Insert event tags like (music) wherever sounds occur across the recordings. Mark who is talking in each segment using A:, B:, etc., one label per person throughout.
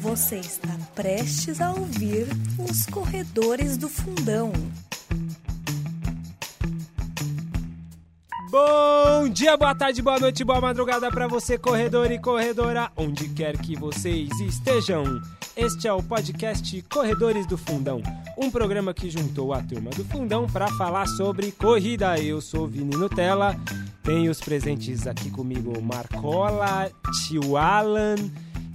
A: Você está prestes a ouvir os corredores do fundão.
B: Bom dia, boa tarde, boa noite, boa madrugada para você, corredor e corredora, onde quer que vocês estejam. Este é o podcast Corredores do Fundão, um programa que juntou a turma do Fundão para falar sobre corrida. Eu sou Vini Nutella, tenho os presentes aqui comigo Marcola, Tio Alan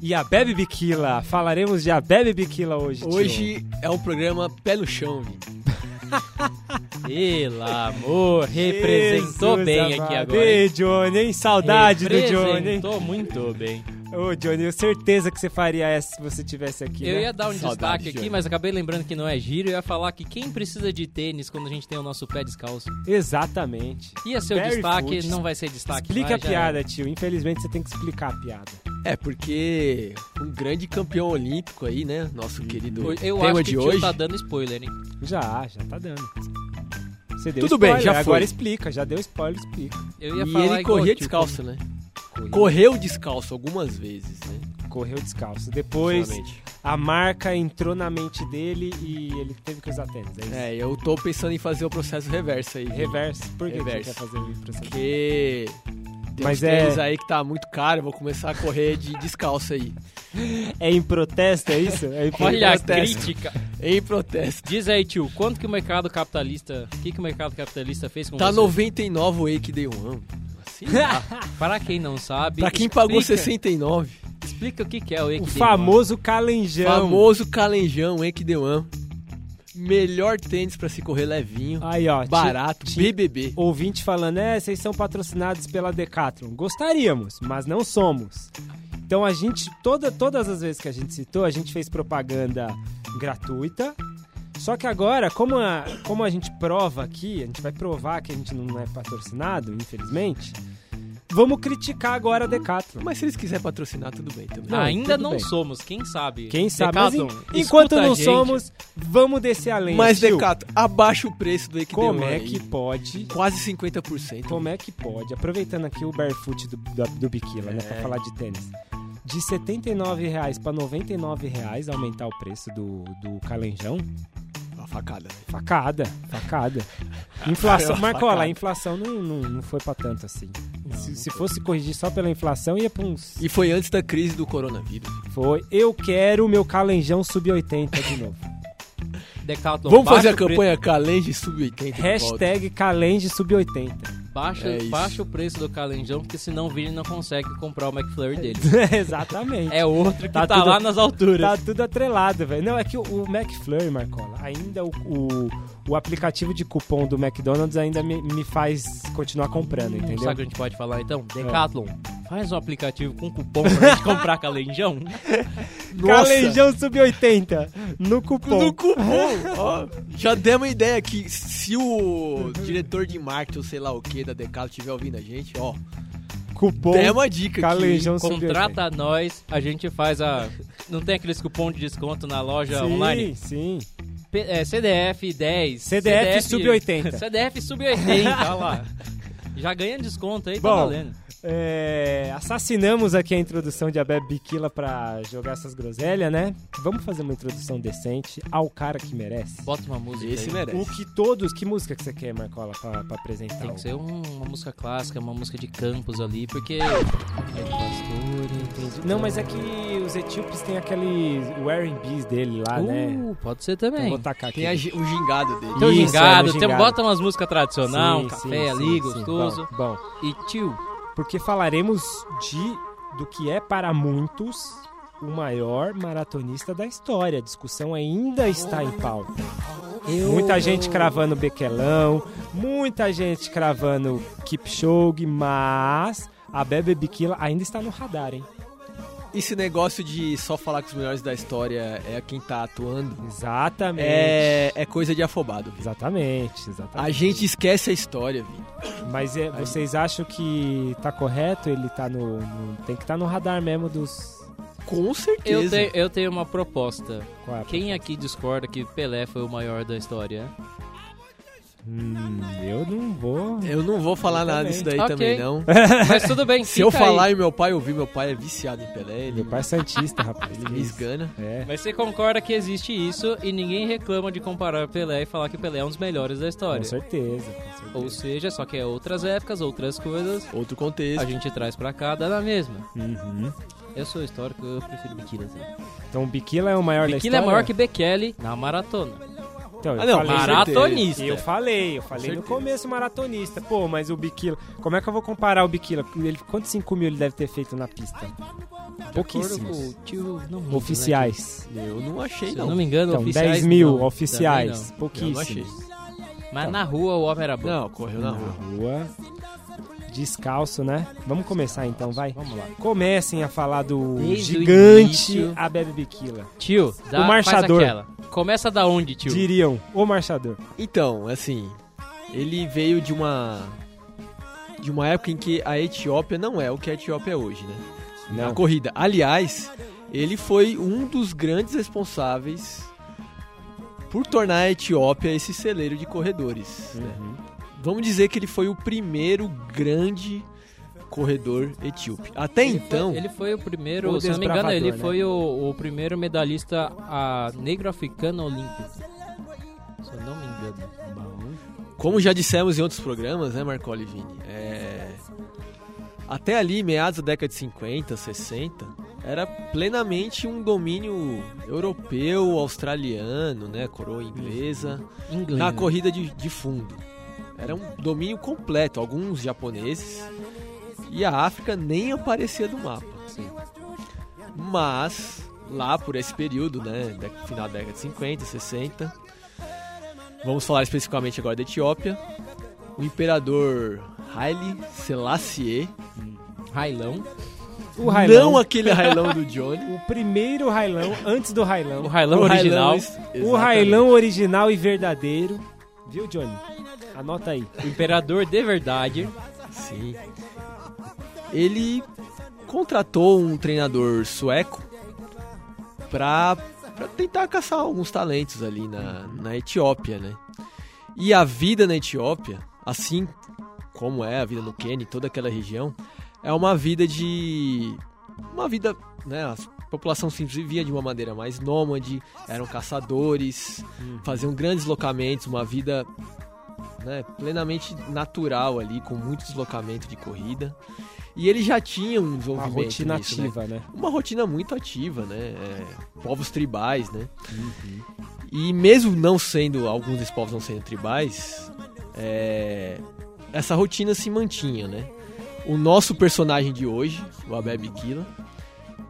B: e a Bebe Biquila. Falaremos de a Bebe Biquila hoje, tio.
C: Hoje é um programa pé no chão, Vini.
D: (laughs) Pelo amor, representou
B: Jesus
D: bem
B: amado.
D: aqui agora. hein?
B: Ei, Johnny, hein? Saudade do Johnny, hein?
D: Representou muito bem.
B: Ô, Johnny, eu certeza que você faria essa se você tivesse aqui.
D: Eu
B: né?
D: ia dar um
C: Saudade,
D: destaque aqui,
C: Johnny.
D: mas acabei lembrando que não é giro. Eu ia falar que quem precisa de tênis quando a gente tem o nosso pé descalço?
B: Exatamente.
D: Ia ser o
B: Barefoot.
D: destaque, não vai ser destaque.
B: Explica a
D: mas Tá já era.
B: piada, tio. Infelizmente você tem que explicar a piada.
C: É, porque um grande campeão olímpico aí, né? Nosso querido
D: é. Eu
C: tema
D: acho que
C: de
D: o tio
C: hoje.
D: tá dando spoiler, hein?
B: Já, já tá dando. Você deu
C: Tudo
B: spoiler,
C: bem, já foi.
B: Agora explica, já deu spoiler, explica.
D: Eu
C: E
D: ia falar
C: ele
D: igual o
C: corria
D: tio,
C: descalço, né?
B: Correu,
C: Correu descalço algumas vezes, né?
B: correu descalço. Depois
C: Ultimamente.
B: a marca entrou na mente dele e ele teve que usar tênis. É isso.
C: É, eu tô pensando em fazer o processo reverso aí. Vini.
B: Reverso. Por que que você
C: Reverso.
B: quer fazer o livro pra você?
C: Porque tem
B: Mas
C: uns tênis
B: é-
C: aí que tá muito caro, eu vou começar a correr de descalço aí.
B: É em protesto, é isso? É em
D: como- Olha a
C: Protesto.
D: crítica.
C: Em protesto.
D: Diz aí, tio, quanto que o mercado capitalista... O que, que o mercado capitalista fez com
C: Tá
D: você?
C: 99 o Wake Day One. Assim, dá.
D: (laughs) Para quem não sabe...
C: pra quem pagou
D: explica-
C: 69.
D: Explica o que, que é o Wake
B: O
D: Day
B: famoso calenjão.
C: Famoso calenjão, hein, que deu amo. Melhor tênis pra se correr levinho,
B: Aí, ó. ti-
C: barato,
B: ti-
C: BBB.
B: ouvinte falando, é, vocês são patrocinados pela Decathlon. Gostaríamos, mas não somos. Então a gente, toda, todas as vezes que a gente citou, a gente fez propaganda gratuita. Só que agora, como a, como a gente prova aqui, a gente vai provar que a gente não é patrocinado, infelizmente, vamos criticar agora a Decathlon.
C: Mas se eles quiserem patrocinar, tudo bem também.
B: Não,
D: Ainda
B: tudo
D: não
B: bem.
D: somos, quem sabe?
B: Quem sabe? Mas
D: Decathlon,
B: en- enquanto
D: escuta a
B: não
D: gente.
B: somos, vamos descer além.
C: Mas,
B: tio.
C: Decato, abaixa o preço do Equideu.
B: como é que pode
C: Quase 50%.
B: Como é que pode? Aproveitando aqui o barefoot do, do, do Biquila, né? Pra
C: É.
B: falar de tênis. De R$ 79 reais pra R$ 99 reais aumentar o preço do, do calenjão.
C: Uma facada, né?
B: Facada, facada.
C: (laughs)
B: Inflação,
C: Foi É uma
B: Marcola, a
C: facada.
B: inflação não, não, não foi pra tanto assim. se se fosse corrigir só pela inflação, ia pra uns...
C: E foi antes da crise do coronavírus.
B: Foi, eu quero o meu calenjão sub 80 de
C: (laughs)
B: novo.
D: Decathlon,
C: Vamos
D: baixa
C: fazer a
D: o pre-
C: campanha Calenge Sub-80. de volta.
B: Hashtag calenje sub 80.
D: Baixa,
C: É isso.
D: baixa o preço do calenjão, porque senão o Vini não consegue comprar o McFlurry dele.
B: (laughs) Exatamente.
D: É outro que
B: Tá
D: tá,
B: tudo-
D: lá nas alturas.
B: Tá tudo atrelado, velho. Não, é que o, o McFlurry, Marcola, ainda o, o, o aplicativo de cupom do McDonald's ainda me, me faz continuar comprando, entendeu?
D: Sabe o que a gente pode falar então? Decathlon, faz um aplicativo com cupom pra gente comprar calenjão.
C: Nossa,
B: Calejão sub-80 no cupom.
C: No cupom! (laughs) Ó, já demos uma ideia que se o diretor de marketing, ou sei lá o que, da Decathlon estiver ouvindo a gente, ó,
B: Cupom
C: é uma dica aqui.
B: Calejão sub-80.
D: Contrata nós, a gente faz a... Não tem aqueles cupom de desconto na loja
B: sim,
D: online?
B: Sim,
D: P- é, CDF 10.
B: CDF
D: (laughs)
B: sub-80.
D: CDF sub-80,
C: tá
D: olha lá. Já ganha desconto aí,
B: Bom,
D: tá valendo.
B: É, assasinamos aqui a introdução de Abeb Biquila pra jogar essas groselhas, né? Vamos fazer uma introdução decente ao cara que merece.
D: Bota uma música
C: Esse é
D: aí.
C: merece.
B: O que todos... Que música que você quer, Marcola, pra, pra apresentar?
D: Tem
B: o-
D: que ser um- uma música clássica, uma música de campos ali, porque. É de pastor, entendi.
B: Não, mas é que os etíopes têm aquele wearing bees dele lá, né? Então
D: Uh, pode ser
B: eu
D: também.
B: vou tacar aqui.
C: Tem a gi- o gingado dele.
D: Tem o
B: Isso,
D: gingado,
B: é o
D: tem- um-
B: gingado.
D: bota umas músicas tradicionais,
B: Sim, sim,
D: um café
B: sim,
D: ali,
B: sim. tá.
D: gostoso.
B: Bom, bom,
D: E tio,
B: porque falaremos de do que é para muitos o maior maratonista da história. A discussão ainda está em pauta. Muita gente cravando Bequelão, muita gente cravando Kipchoge, mas a Bebe Biquila ainda está no radar, hein?
C: Esse negócio de só falar que os melhores da história é quem tá atuando
B: Exatamente.
C: é, é coisa de afobado. Vini.
B: Exatamente, exatamente.
C: A gente esquece a história, Vini.
B: Mas é, vocês acham que tá correto? Ele tá no. no- tem que estar no radar mesmo dos.
C: Com
D: eu,
C: certeza.
D: te- eu tenho uma proposta.
B: qual é a-
D: Quem aqui discorda que Pelé foi o maior da história?
B: Hum, eu não vou.
C: Eu não vou falar nada
B: também.
C: disso daí
D: Ok.
C: também, não.
D: (laughs) Mas tudo
C: (laughs)
D: bem,
C: Se eu
D: fica aí.
C: falar e meu pai ouvir, meu pai é viciado em Pelé, ele
B: Meu pai é santista, rapaz.
C: me esgana.
B: É.
D: Mas você concorda que existe isso e ninguém reclama de comparar Pelé e falar que Pelé é um dos melhores da
B: Com
D: história.
B: certeza. com certeza.
D: Ou seja, só que é outras épocas, outras coisas,
C: Outro contexto.
D: a gente traz pra cá, dá na mesma.
B: Uhum.
D: Eu sou histórico, eu prefiro Biquila.
B: Então o Biquila é o maior da
D: Biquila
B: história?
D: é maior que Bekele na maratona.
B: Então, eu
C: Ah, não,
B: falei-
C: mara-
D: Maratonista.
B: Eu falei, eu falei no
C: certeza.
B: começo maratonista. Pô, mas o Biquila... Como é que eu vou comparar o Biquila? Ele, quantos 5 mil ele deve ter feito na pista?
D: De
B: Pouquíssimos.
D: acordo com o tio- não muito, né,
B: Oficiais.
C: Eu não achei,
D: tio? Se eu
C: não.
D: não me engano,
B: Então,
D: oficiais
B: 10 mil
D: não,
B: oficiais.
D: também
C: Eu não achei.
B: Pouquíssimos. Então.
D: não. Mas na rua o homem era bom.
C: Não, correu na rua.
B: Descalço, né? Vamos começar então, vai.
D: Vamos lá.
B: Comecem a falar do
D: Desde o
B: gigante
D: início.
B: Abebe Biquila.
D: Tio, dá,
B: O marchador.
D: faz aquela. Começa da onde, tio?
B: Diriam, o marchador.
C: Então, assim, ele veio de uma de uma época em que a Etiópia não é o que a Etiópia é hoje, né? Na
B: Não.
C: corrida. Aliás, ele foi um dos grandes responsáveis por tornar a Etiópia esse celeiro de corredores. né?
B: Uhum.
C: Vamos dizer que ele foi o primeiro grande corredor etíope. Até
D: Ele foi-
C: então,
D: ele foi o primeiro,
B: o
D: se eu não me engano, ele
B: desbravador, né?
D: foi o, o primeiro medalhista a, negro-africano olímpico. Se eu não me engano.
C: como já dissemos em outros programas, né, Marcoli e Vini? É... Até ali, meados da década de 50, 60, era plenamente um domínio europeu, australiano, né, coroa inglesa.
D: Inglês.
C: na corrida de, de fundo. Era um domínio completo, alguns japoneses. E a África nem aparecia no mapa. Mas, lá por esse período, né, da- final da década de 50, 60, vamos falar especificamente agora da Etiópia, o imperador Haile Selassie,
D: Railão.
B: O Railão.
C: não aquele Railão do Johnny,
B: O primeiro Railão, antes do Railão.
D: O Railão
C: o
D: original.
C: Railão-
B: O Railão original e verdadeiro. Viu, Johnny? Anota aí.
D: O imperador de verdade.
C: Sim. Ele contratou um treinador sueco pra, pra tentar caçar alguns talentos ali na, na Etiópia, né? E a vida na Etiópia, assim como é a vida no Quênia, e toda aquela região, é uma vida de. Uma vida, né? A população simples vivia de uma maneira mais nômade, eram caçadores,
B: Uhum.
C: faziam grandes locamentos, uma vida né, plenamente natural ali, com muito deslocamento de corrida. E ele já tinha um
B: Uma
C: desenvolvimento.
B: rotina
C: nisso, né?
B: ativa, né?
C: uma rotina muito ativa, né? É, povos tribais, né? E mesmo não sendo, alguns desses povos não sendo tribais, é, essa rotina se mantinha, né? O nosso personagem de hoje, o Abé Bikila,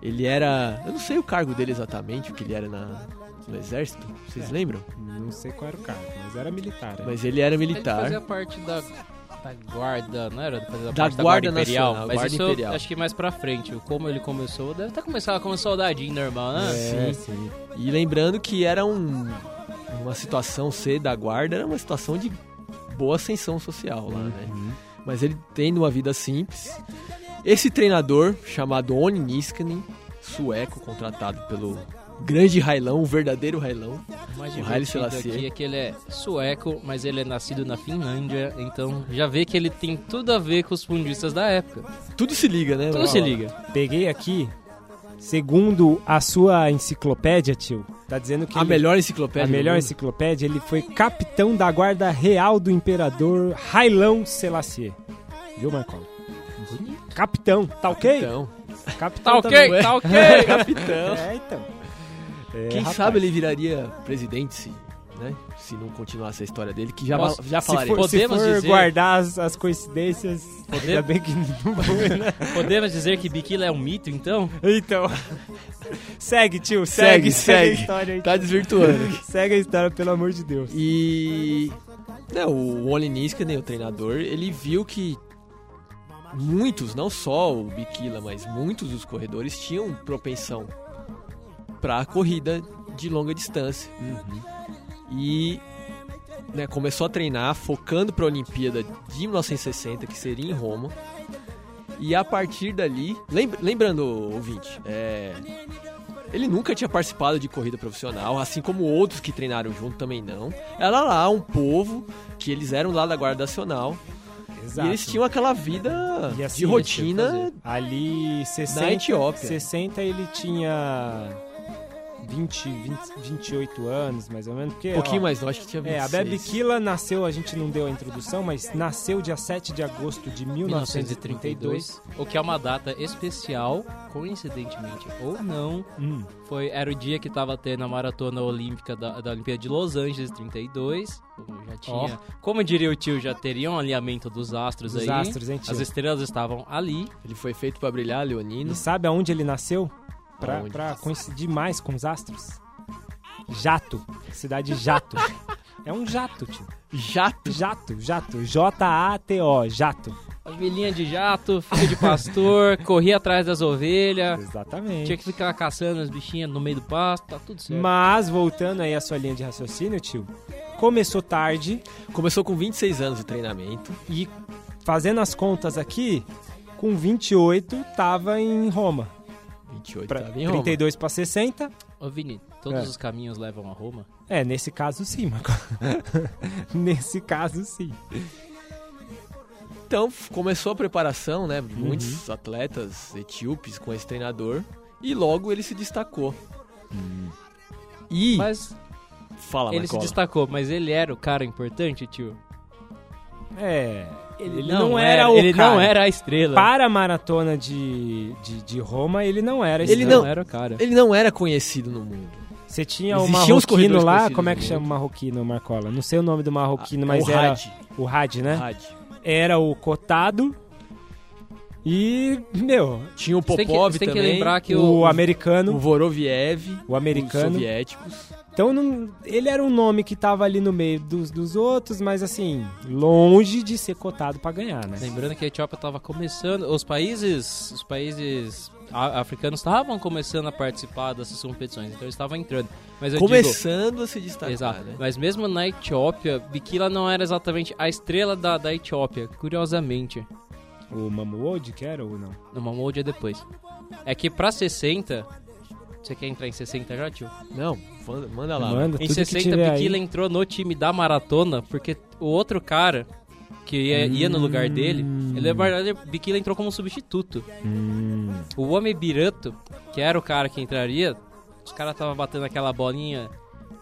C: ele era. Eu não sei o cargo dele exatamente, o que ele era na- no exército, vocês
B: É.
C: lembram?
B: Não sei qual era o cargo, mas era militar. né?
C: Mas ele era
D: É. Ele
C: militar.
D: fazia parte da, da guarda, não era? Fazia
C: Da
D: parte
C: guarda
D: imperial.
C: nacional,
D: mas
C: guarda
D: isso eu
C: imperial.
D: acho que mais pra frente. Como ele começou, deve tá até começar como soldadinho normal, né?
B: É, sim.
C: E lembrando que era um, uma situação ser da guarda, era uma situação de boa ascensão social lá, né?
B: Uhum.
C: mas ele tendo uma vida simples. Esse treinador, chamado Oni Niskanen, sueco, contratado pelo grande Railão, o verdadeiro Railão.
D: O mais
C: O Haile
D: divertido
C: Selassie.
D: aqui é que ele é sueco, mas ele é nascido na Finlândia, então já vê que ele tem tudo a ver com os fundistas da época.
C: Tudo se liga, né?
D: Tudo
C: Vamos
D: se
C: lá.
D: liga.
B: Peguei aqui, segundo a sua enciclopédia, tio, tá dizendo que
C: A
B: ele-
C: melhor
B: a
C: enciclopédia.
B: melhor
C: do mundo.
B: enciclopédia, ele foi capitão da guarda real do imperador Railão Selassie. Viu, Marcola? Capitão, tá ok?
C: Então,
B: Capitão
D: Tá
B: também.
D: ok, tá ok.
C: capitão.
B: (laughs) É, então. É,
C: Quem
B: rapaz.
C: sabe ele viraria presidente, se, né? Se não continuasse a história dele, que já,
D: Posso-
C: já
B: se for,
C: falarei.
B: se
D: Podemos
B: for
D: dizer-
B: guardar as, as coincidências,
D: Podemos-
B: ainda bem que não foi, né?
D: (laughs) Podemos dizer que Biquila é um mito, então?
B: (laughs) Então, segue, tio, segue,
C: Segue,
B: segue, a
C: segue.
B: história aí. (laughs)
C: Tá desvirtuando.
B: Segue a história, pelo amor de Deus.
C: E né, o Ole Niskanen, o treinador, ele viu que muitos, não só o Bikila, mas muitos dos corredores tinham propensão para a corrida de longa distância. E né, começou a treinar focando para a Olimpíada de 1960, que seria em Roma. E a partir dali, lem- lembrando, ouvinte, é, Ele nunca tinha participado de corrida profissional, assim como outros que treinaram junto também não. Era lá um povo que eles eram lá da Guarda Nacional
B: Exato.
C: e eles tinham aquela vida
B: E assim,
C: de rotina
D: fazer.
B: Ali, 60.
C: na Etiópia.
B: 60 ele tinha 20, 20, 28 anos, mais ou menos. Porque,
C: Um pouquinho
B: ó,
C: mais, não, acho que tinha 26.
B: É, a Bebe Kila nasceu, a gente não deu a introdução, mas nasceu dia 7 de agosto de 1932.
D: 1932, o que é uma data especial, coincidentemente ou não,
B: Hum,
D: foi era o dia que estava tendo a maratona olímpica da, da Olimpíada de Los Angeles 32. Já tinha, como diria o tio, já teria um alinhamento dos astros
B: dos
D: aí.
B: astros, hein, tio?
D: As estrelas estavam ali.
C: Ele foi feito pra brilhar, Leonino.
B: E sabe aonde ele nasceu? Pra,
C: Hum. Aonde?
B: pra coincidir mais com os astros? Jato. Cidade Jato. é um jato, tio.
C: Jato.
B: Jato, jato. J-A-T-O, jato.
D: Ovelhinha de jato, filho de pastor, (laughs) corria atrás das ovelhas.
B: Exatamente.
D: Ah. Tinha que ficar caçando as bichinhas no meio do pasto, tá tudo certo.
B: Mas, voltando aí à sua linha de raciocínio, tio, começou tarde
C: Começou com 26 anos o treinamento.
B: e, fazendo as contas aqui, com 28 tava em Roma.
C: 28
B: Pra,
C: tava em Roma.
B: 32 para 60.
D: Ô Vini, todos
B: É.
D: os caminhos levam a Roma?
B: É, nesse caso sim, Marco. (laughs) nesse caso sim.
C: Então f- começou a preparação, né? De muitos
B: Uhum.
C: atletas etíopes com esse treinador. E logo ele se destacou.
B: Hum.
C: E.
D: Mas
C: fala,
D: ele se
C: Marcola.
D: destacou, mas ele era o cara importante, tio?
B: É, Ele não era o
D: Ele não
B: cara.
D: era a estrela.
B: para a maratona de, de, de Roma, ele não era
C: Ele
D: Ele
B: estrela.
D: não
C: não-
D: era o cara.
C: Ele não era conhecido no mundo.
B: Você tinha um
C: Existiam os
B: marroquino
C: corredores
B: lá,
C: conhecidos
B: como é
C: no
B: que
C: mundo.
B: chama o marroquino, Marcola? Não sei o nome do marroquino,
C: Ah,
B: mas
C: o
B: era
C: Hadi.
B: o Had,
D: É.
B: né?
C: Hadi.
B: Era o Cotado e, meu,
C: Tinha o
D: Você tem que-
C: Popov
D: você tem que
C: também.
D: lembrar que
B: o,
D: o-
B: americano,
C: o Voroviev.
B: o americano.
C: Os soviéticos.
B: Então não- ele era um nome que tava ali no meio dos, dos outros, mas assim, longe de ser cotado pra ganhar, né?
D: Lembrando que a Etiópia estava começando, os países, os países a- africanos estavam começando a participar dessas competições, então eles estavam entrando. Mas eu digo,
C: Começando a se destacar,
D: Exato.
C: né?
D: Mas mesmo na Etiópia, Bikila não era exatamente a estrela da, da Etiópia, curiosamente.
B: O Mamuod, que era ou não?
D: No Mamoud é depois. É que pra 60. Você quer entrar em 60 já, tio?
C: Não, manda, manda lá.
B: Manda tudo
D: Em
B: que
D: 60,
B: tiver
D: Bikila
B: aí.
D: entrou no time da maratona, porque o outro cara que ia, ia no lugar dele, ele, na verdade, Bikila entrou como substituto.
B: Hum,
D: O homem Birato, que era o cara que entraria, os caras tava batendo aquela bolinha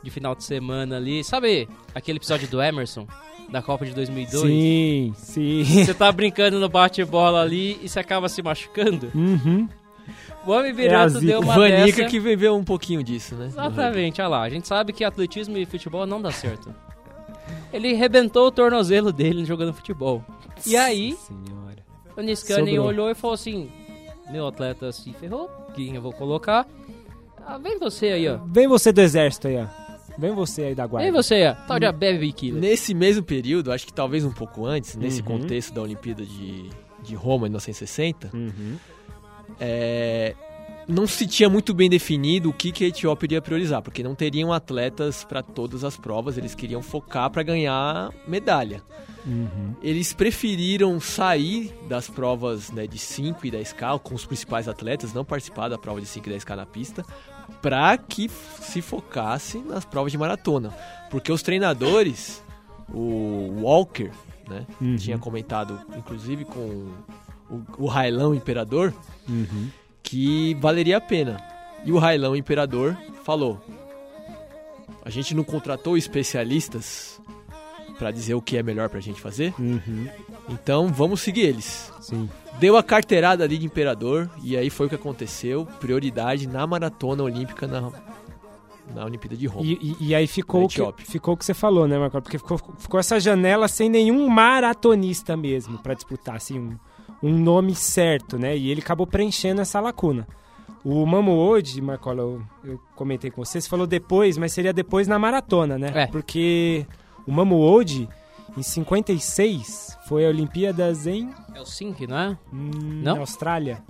D: de final de semana ali. Sabe aquele episódio do Emerson, da Copa de 2002?
B: sim, sim. (laughs)
D: Você tá brincando no bate-bola ali e você acaba se machucando?
B: Uhum.
D: O homem
B: É a
D: Birato
B: zica.
D: deu
C: O
D: uma
C: Vanica
D: dessa.
C: que bebeu um pouquinho disso, né?
D: Exatamente, olha lá. A gente sabe que atletismo e futebol não dá certo. Ele rebentou o tornozelo dele jogando futebol. E aí,
B: Nossa Senhora.
D: o Niskanen
B: Sobrou.
D: olhou e falou assim: Meu atleta se ferrou, quem eu vou colocar? Ah, vem você aí, ó.
B: Vem você do exército aí, ó. Vem você Hum. aí da guarda.
D: Vem você aí, ó. Tal de Abebe Killer.
C: Nesse mesmo período, acho que talvez um pouco antes, nesse
B: Uhum.
C: contexto da Olimpíada de, de Roma, em 1960,
B: Uhum.
C: é, não se tinha muito bem definido o que, que a Etiópia iria priorizar, porque não teriam atletas para todas as provas, eles queriam focar para ganhar medalha.
B: Uhum.
C: Eles preferiram sair das provas né, de 5 e 10K com os principais atletas, não participar da prova de 5 e 10K na pista, para que f- se focasse nas provas de maratona. Porque os treinadores, o Walker, né,
B: Uhum.
C: tinha comentado, inclusive com o, o Railão Imperador,
B: Uhum.
C: que valeria a pena. E o Railão Imperador falou: a gente não contratou especialistas para dizer o que é melhor pra gente fazer,
B: Uhum.
C: então vamos seguir eles.
B: Sim.
C: Deu a carteirada ali de Imperador e aí foi o que aconteceu, prioridade na maratona olímpica na, na Olimpíada de Roma.
B: E, e- e aí ficou
C: Na
B: o, que,
C: Etiópia.
B: ficou o que você falou, né, Marco? Porque ficou, ficou essa janela sem nenhum maratonista mesmo pra disputar, assim, um, um nome certo, né? E ele acabou preenchendo essa lacuna. O Mamo hoje, Marcola, eu, eu comentei com você, você falou depois, mas seria depois na maratona, né?
D: É.
B: Porque o Mamo hoje, em 56, foi a Olimpíadas em
D: Helsinki, não é?
B: hum,
D: Não?
B: Austrália.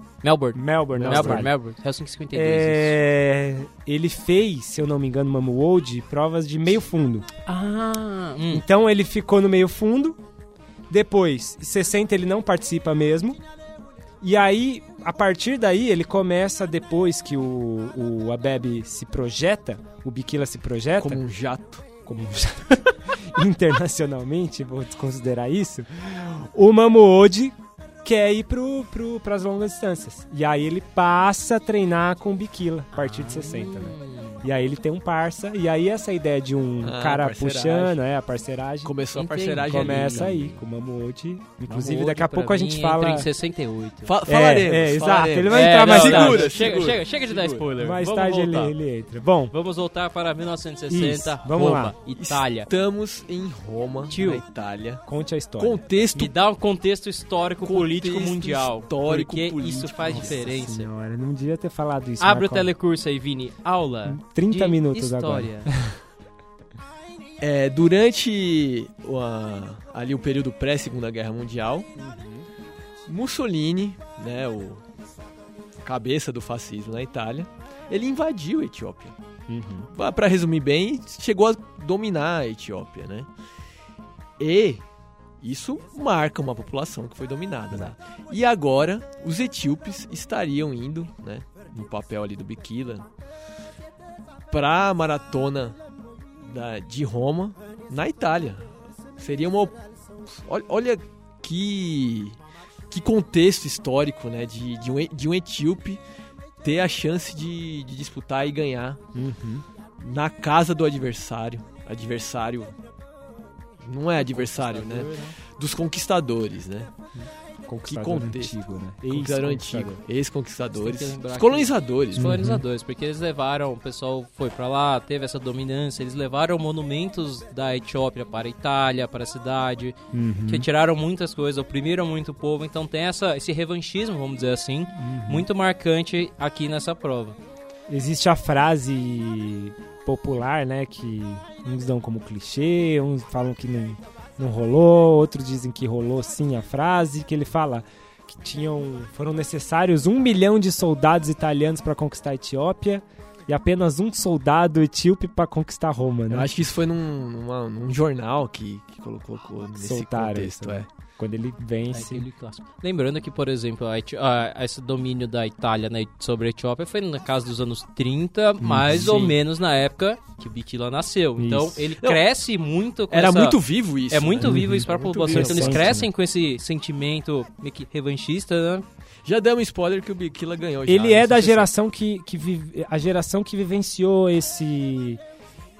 B: Melbourne,
D: Helsinki,
B: na
D: não é? Melbourne,
B: Austrália.
D: Melbourne. Helsinki 52. isso.
B: É, ele fez, se eu não me engano, Mamu Old, provas de meio fundo.
D: Ah, hum.
B: Então ele ficou no meio fundo. Depois, em 60 ele não participa mesmo. E aí, a partir daí, ele começa, depois que o, o Abebe se projeta, o Bikila se projeta,
C: Como um jato.
B: como um (laughs) internacionalmente, vou considerar isso, o Mamuodi quer ir pro, pro, pras longas distâncias. E aí ele passa a treinar com o Bikila, a partir
C: Ah.
B: de 60, né? E aí ele tem um parça, e aí essa ideia de um
C: Ah,
B: cara
C: parceragem.
B: puxando, é, a parceragem,
C: Começou
D: Entendi.
C: a parceragem ali.
B: começa aí, com o Mamuodi. Inclusive, daqui a pouco a gente fala...
D: Em 68.
C: Fa-
B: É,
C: falaremos.
B: é, exato,
C: falaremos.
B: ele vai entrar mais tarde.
C: Segura,
D: chega,
C: segura,
D: chega, chega de dar
C: segura.
D: spoiler.
B: Mais
D: Vamos
B: tarde ele,
D: voltar.
B: ele entra. Bom,
D: Vamos voltar para 1960.
B: Isso, vamos
D: Roma,
B: lá.
D: Itália.
C: Estamos em Roma,
D: Tio.
C: na Itália.
B: conte a história.
C: Contexto
D: Me dá um contexto histórico político
C: Contexto
D: mundial.
C: histórico,
D: porque
C: político,
D: isso faz
C: nossa
D: diferença.
B: Senhora, não devia ter falado isso.
D: Abre o
B: Marcola.
D: telecurso aí, Vini. Aula.
B: 30
D: de
B: minutos agora. (laughs)
D: história.
C: É, durante o, a- ali o período pré-Segunda Guerra Mundial, Mussolini, né, o cabeça do fascismo na Itália, ele invadiu a Etiópia.
B: Uhum.
C: Pra- Pra resumir bem, chegou a dominar a Etiópia, né? E isso marca uma população que foi dominada, né? E agora os etíopes estariam indo, né, no papel ali do Bikila, pra maratona da- de Roma na Itália. Seria uma op- olha, olha que que contexto histórico, né, de, de um, e- de um etíope ter a chance de- de disputar e ganhar
B: Uhum.
C: na casa do adversário. Adversário. Não é adversário, né? Dos conquistadores, né?
B: Conquistador
C: contexto?
B: antigo, né?
C: Conquistador
B: Ex-conquistador.
C: antigo. Ex-conquistadores.
D: Você tem que lembrar
C: Os colonizadores.
D: Os colonizadores, porque eles levaram, o pessoal foi pra lá, teve essa dominância, eles levaram monumentos da Etiópia para a Itália, para a cidade,
C: Uhum.
D: que tiraram muitas coisas, oprimiram muito o povo, então tem essa, esse revanchismo, vamos dizer assim,
C: Uhum.
D: muito marcante aqui nessa prova.
B: Existe a frase popular, né? Que uns dão como clichê, uns falam que não, não rolou, outros dizem que rolou sim a frase, que ele fala que tinham, foram necessários um milhão de soldados italianos para conquistar a Etiópia e apenas um soldado etíope para conquistar Roma,
C: Eu
B: né?
C: acho que isso foi num, numa- num jornal que, que colocou colocou nesse
B: Soltaram
C: contexto.
B: isso, né?
C: é.
B: Quando ele vence.
D: Aquele clássico. Né, Lembrando que, por exemplo, a Eti- a- esse domínio da Itália na- sobre a Etiópia foi na casa dos anos 30, mais ou
C: Uhum. sim.
D: menos na época que Bikila nasceu. Então
B: Isso.
D: ele
C: Não,
D: cresce muito com
C: Era
D: essa-
C: muito vivo isso.
D: é muito
C: né?
D: vivo isso pra
C: Muito
D: população.
C: vivo.
D: Então eles
B: Sente,
D: crescem com esse sentimento meio que revanchista, né?
C: Já demos spoiler que o Bikila ganhou. já,
B: Ele
C: né?
B: é da
C: Você-
B: geração que, que vive, a geração que vivenciou esse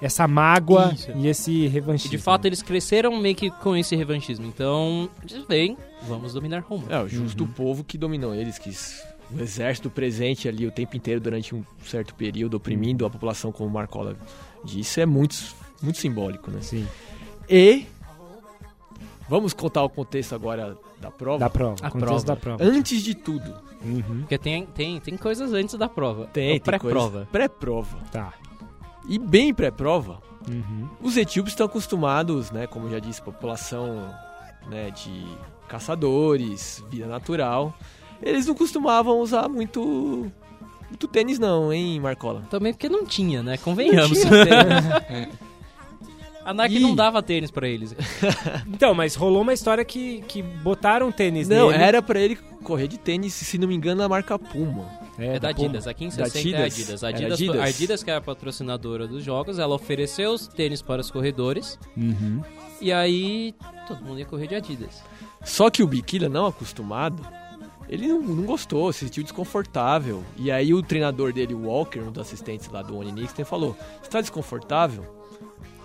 B: essa mágoa
D: Isso.
B: e esse
D: E
B: revanchismo.
D: de fato eles cresceram meio que com esse revanchismo. Então, eles vêm, vamos dominar Roma.
C: É, o justo
B: Uhum.
C: povo que dominou eles, que s- o exército presente ali o tempo inteiro durante um certo período, oprimindo a população, como o Marcola disse, é muito, s- muito simbólico, né?
B: Sim,
C: E vamos contar o contexto agora da prova.
B: da prova,
D: A
B: contexto
D: prova.
B: da prova.
C: Antes de tudo,
B: Uhum,
D: Porque tem, tem, tem coisas antes da prova.
C: tem,
D: É
C: tem
D: o
C: coisa-
D: pré-prova.
C: Pré-prova.
B: tá.
C: E bem pré-prova,
B: Uhum,
C: os etíopes estão acostumados, né, como já disse, população, né, de caçadores, vida natural. Eles não costumavam usar muito muito tênis não, hein, Marcola?
D: Também porque não tinha, né? Convenhamos. (laughs) A Nike
C: É. Ih. É,
D: não dava tênis pra eles.
B: (laughs) Então, mas rolou uma história que, que botaram tênis
C: Não,
B: nele.
C: era pra ele correr de tênis, se não me engano, a marca Puma.
D: É da
B: Puma.
D: Adidas. Aqui em
C: Da
D: 60
C: Adidas.
D: é Adidas. A
C: Era
D: Adidas,
C: Adidas.
D: a Adidas, que era a patrocinadora dos jogos, ela ofereceu os tênis para os corredores.
B: Uhum.
D: E aí, todo mundo ia correr de Adidas.
C: Só que o Bikila, não acostumado, ele não, não gostou, se sentiu desconfortável. E aí o treinador dele, o Walker, um dos assistentes lá do Oni Nixon, falou, você tá desconfortável?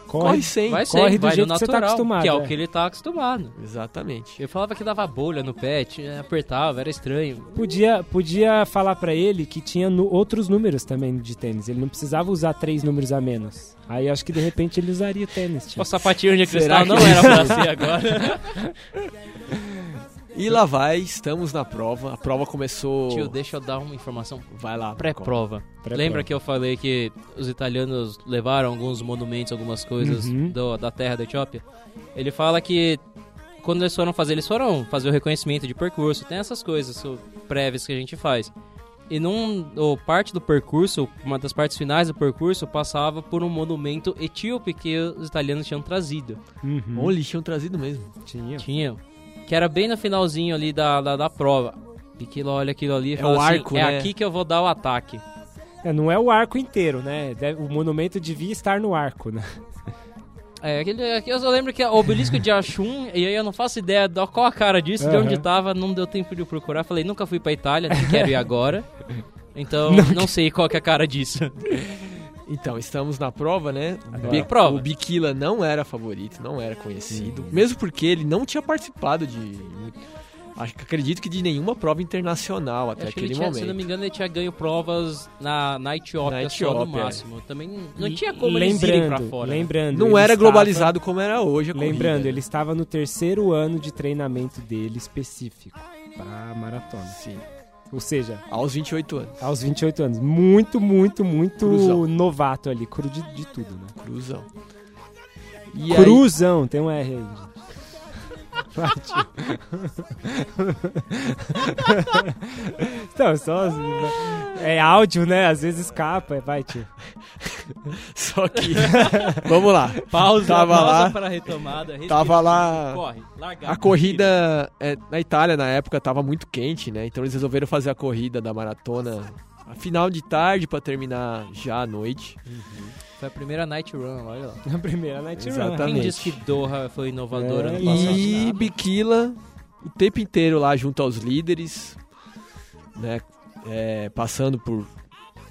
C: Corre,
B: Corre.
C: sem.
D: Vai
B: corre
D: ser,
B: do
D: vai
B: jeito
D: no
B: que você tá
D: natural,
B: acostumado,
D: que é,
B: é.
D: o que ele tá acostumado.
C: Exatamente.
D: Eu falava que dava bolha no pé, tinha- apertava, era estranho.
B: Podia, podia falar pra ele que tinha nu- outros números também de tênis. Ele não precisava usar três números a menos. Aí acho que de repente ele usaria o tênis.
D: Tipo,
B: Tipo.
D: a sapatilha de
C: Será
D: cristal
C: que
D: não
C: ele-
D: era pra ser agora.
C: E lá vai, estamos na prova. A prova começou...
D: (laughs) Tio, deixa eu dar uma informação
C: Vai lá. Marcola.
D: pré-prova.
B: Pré-prova.
D: Lembra que eu falei que os italianos levaram alguns monumentos, algumas coisas
B: Uhum.
D: do- da terra da Etiópia? Ele fala que quando eles foram fazer, eles foram fazer o reconhecimento de percurso, tem essas coisas so- prévias que a gente faz. E num, ou parte do percurso, uma das partes finais do percurso, passava por um monumento etíope que os italianos tinham trazido.
B: Uhum.
C: Ô, eles tinham trazido mesmo.
B: Tinha.
D: Tinha. Que era bem no finalzinho ali da, da, da prova. E que ela olha aquilo ali e
C: É
D: fala
C: o
D: assim,
C: arco,
D: é
C: né?
D: aqui que eu vou dar o ataque.
B: É, não é o arco inteiro, né? Deve- o monumento devia estar no arco, né?
D: É, aquele, eu só lembro que é o obelisco de Axum, e aí eu não faço ideia da qual a cara disso, de
B: Aham.
D: onde tava, não deu tempo de eu procurar. Falei, nunca fui pra Itália, nem quero
C: (laughs)
D: ir agora. Então,
B: Não
D: não, sei qual que é a cara disso.
C: Então, estamos na prova, né?
B: Agora
D: a prova.
C: O Bikila não era favorito, não era conhecido. Mesmo porque ele não tinha participado de. Acho que acredito que de nenhuma prova internacional até
D: É, Acho que ele
C: aquele
D: tinha, se
C: momento.
D: não me engano, ele tinha ganho provas na, na Etiópia,
C: Na
D: só no
C: Etiópia, é.
D: máximo. Também não
B: E-
D: tinha como eles
B: lembrando,
D: irem pra fora. né?
B: Lembrando,
C: Não
B: ele
C: era
B: estava-
C: globalizado como era hoje a corrida.
B: Lembrando, ele estava no terceiro ano de treinamento dele específico para maratona.
C: Sim,
B: Ou seja,
C: aos 28 anos.
B: aos 28 anos. Muito, muito, muito
C: Cruzão.
B: novato ali, cru de, de tudo, né?
C: Cruzão. E aí-
B: Cruzão, tem um R aí. gente. Vai, tio. Então, só. É áudio, né? Às vezes escapa. Vai, tio.
C: (laughs) Só que. (laughs) Vamos lá.
D: Pausa,
C: Tava
D: pausa
C: lá.
D: para a retomada. respira,
C: Tava lá.
D: Corre, larga.
C: A corrida é, na Itália na época tava muito quente, né? Então eles resolveram fazer a corrida da maratona a final de tarde pra terminar já à noite.
D: Foi a primeira night run, olha lá.
B: Na primeira né, Night Run.
C: Exatamente.
D: Quem disse que Doha foi inovadora
B: É,
D: ano passado?
C: E Bikila o tempo inteiro lá junto aos líderes, né? É, passando por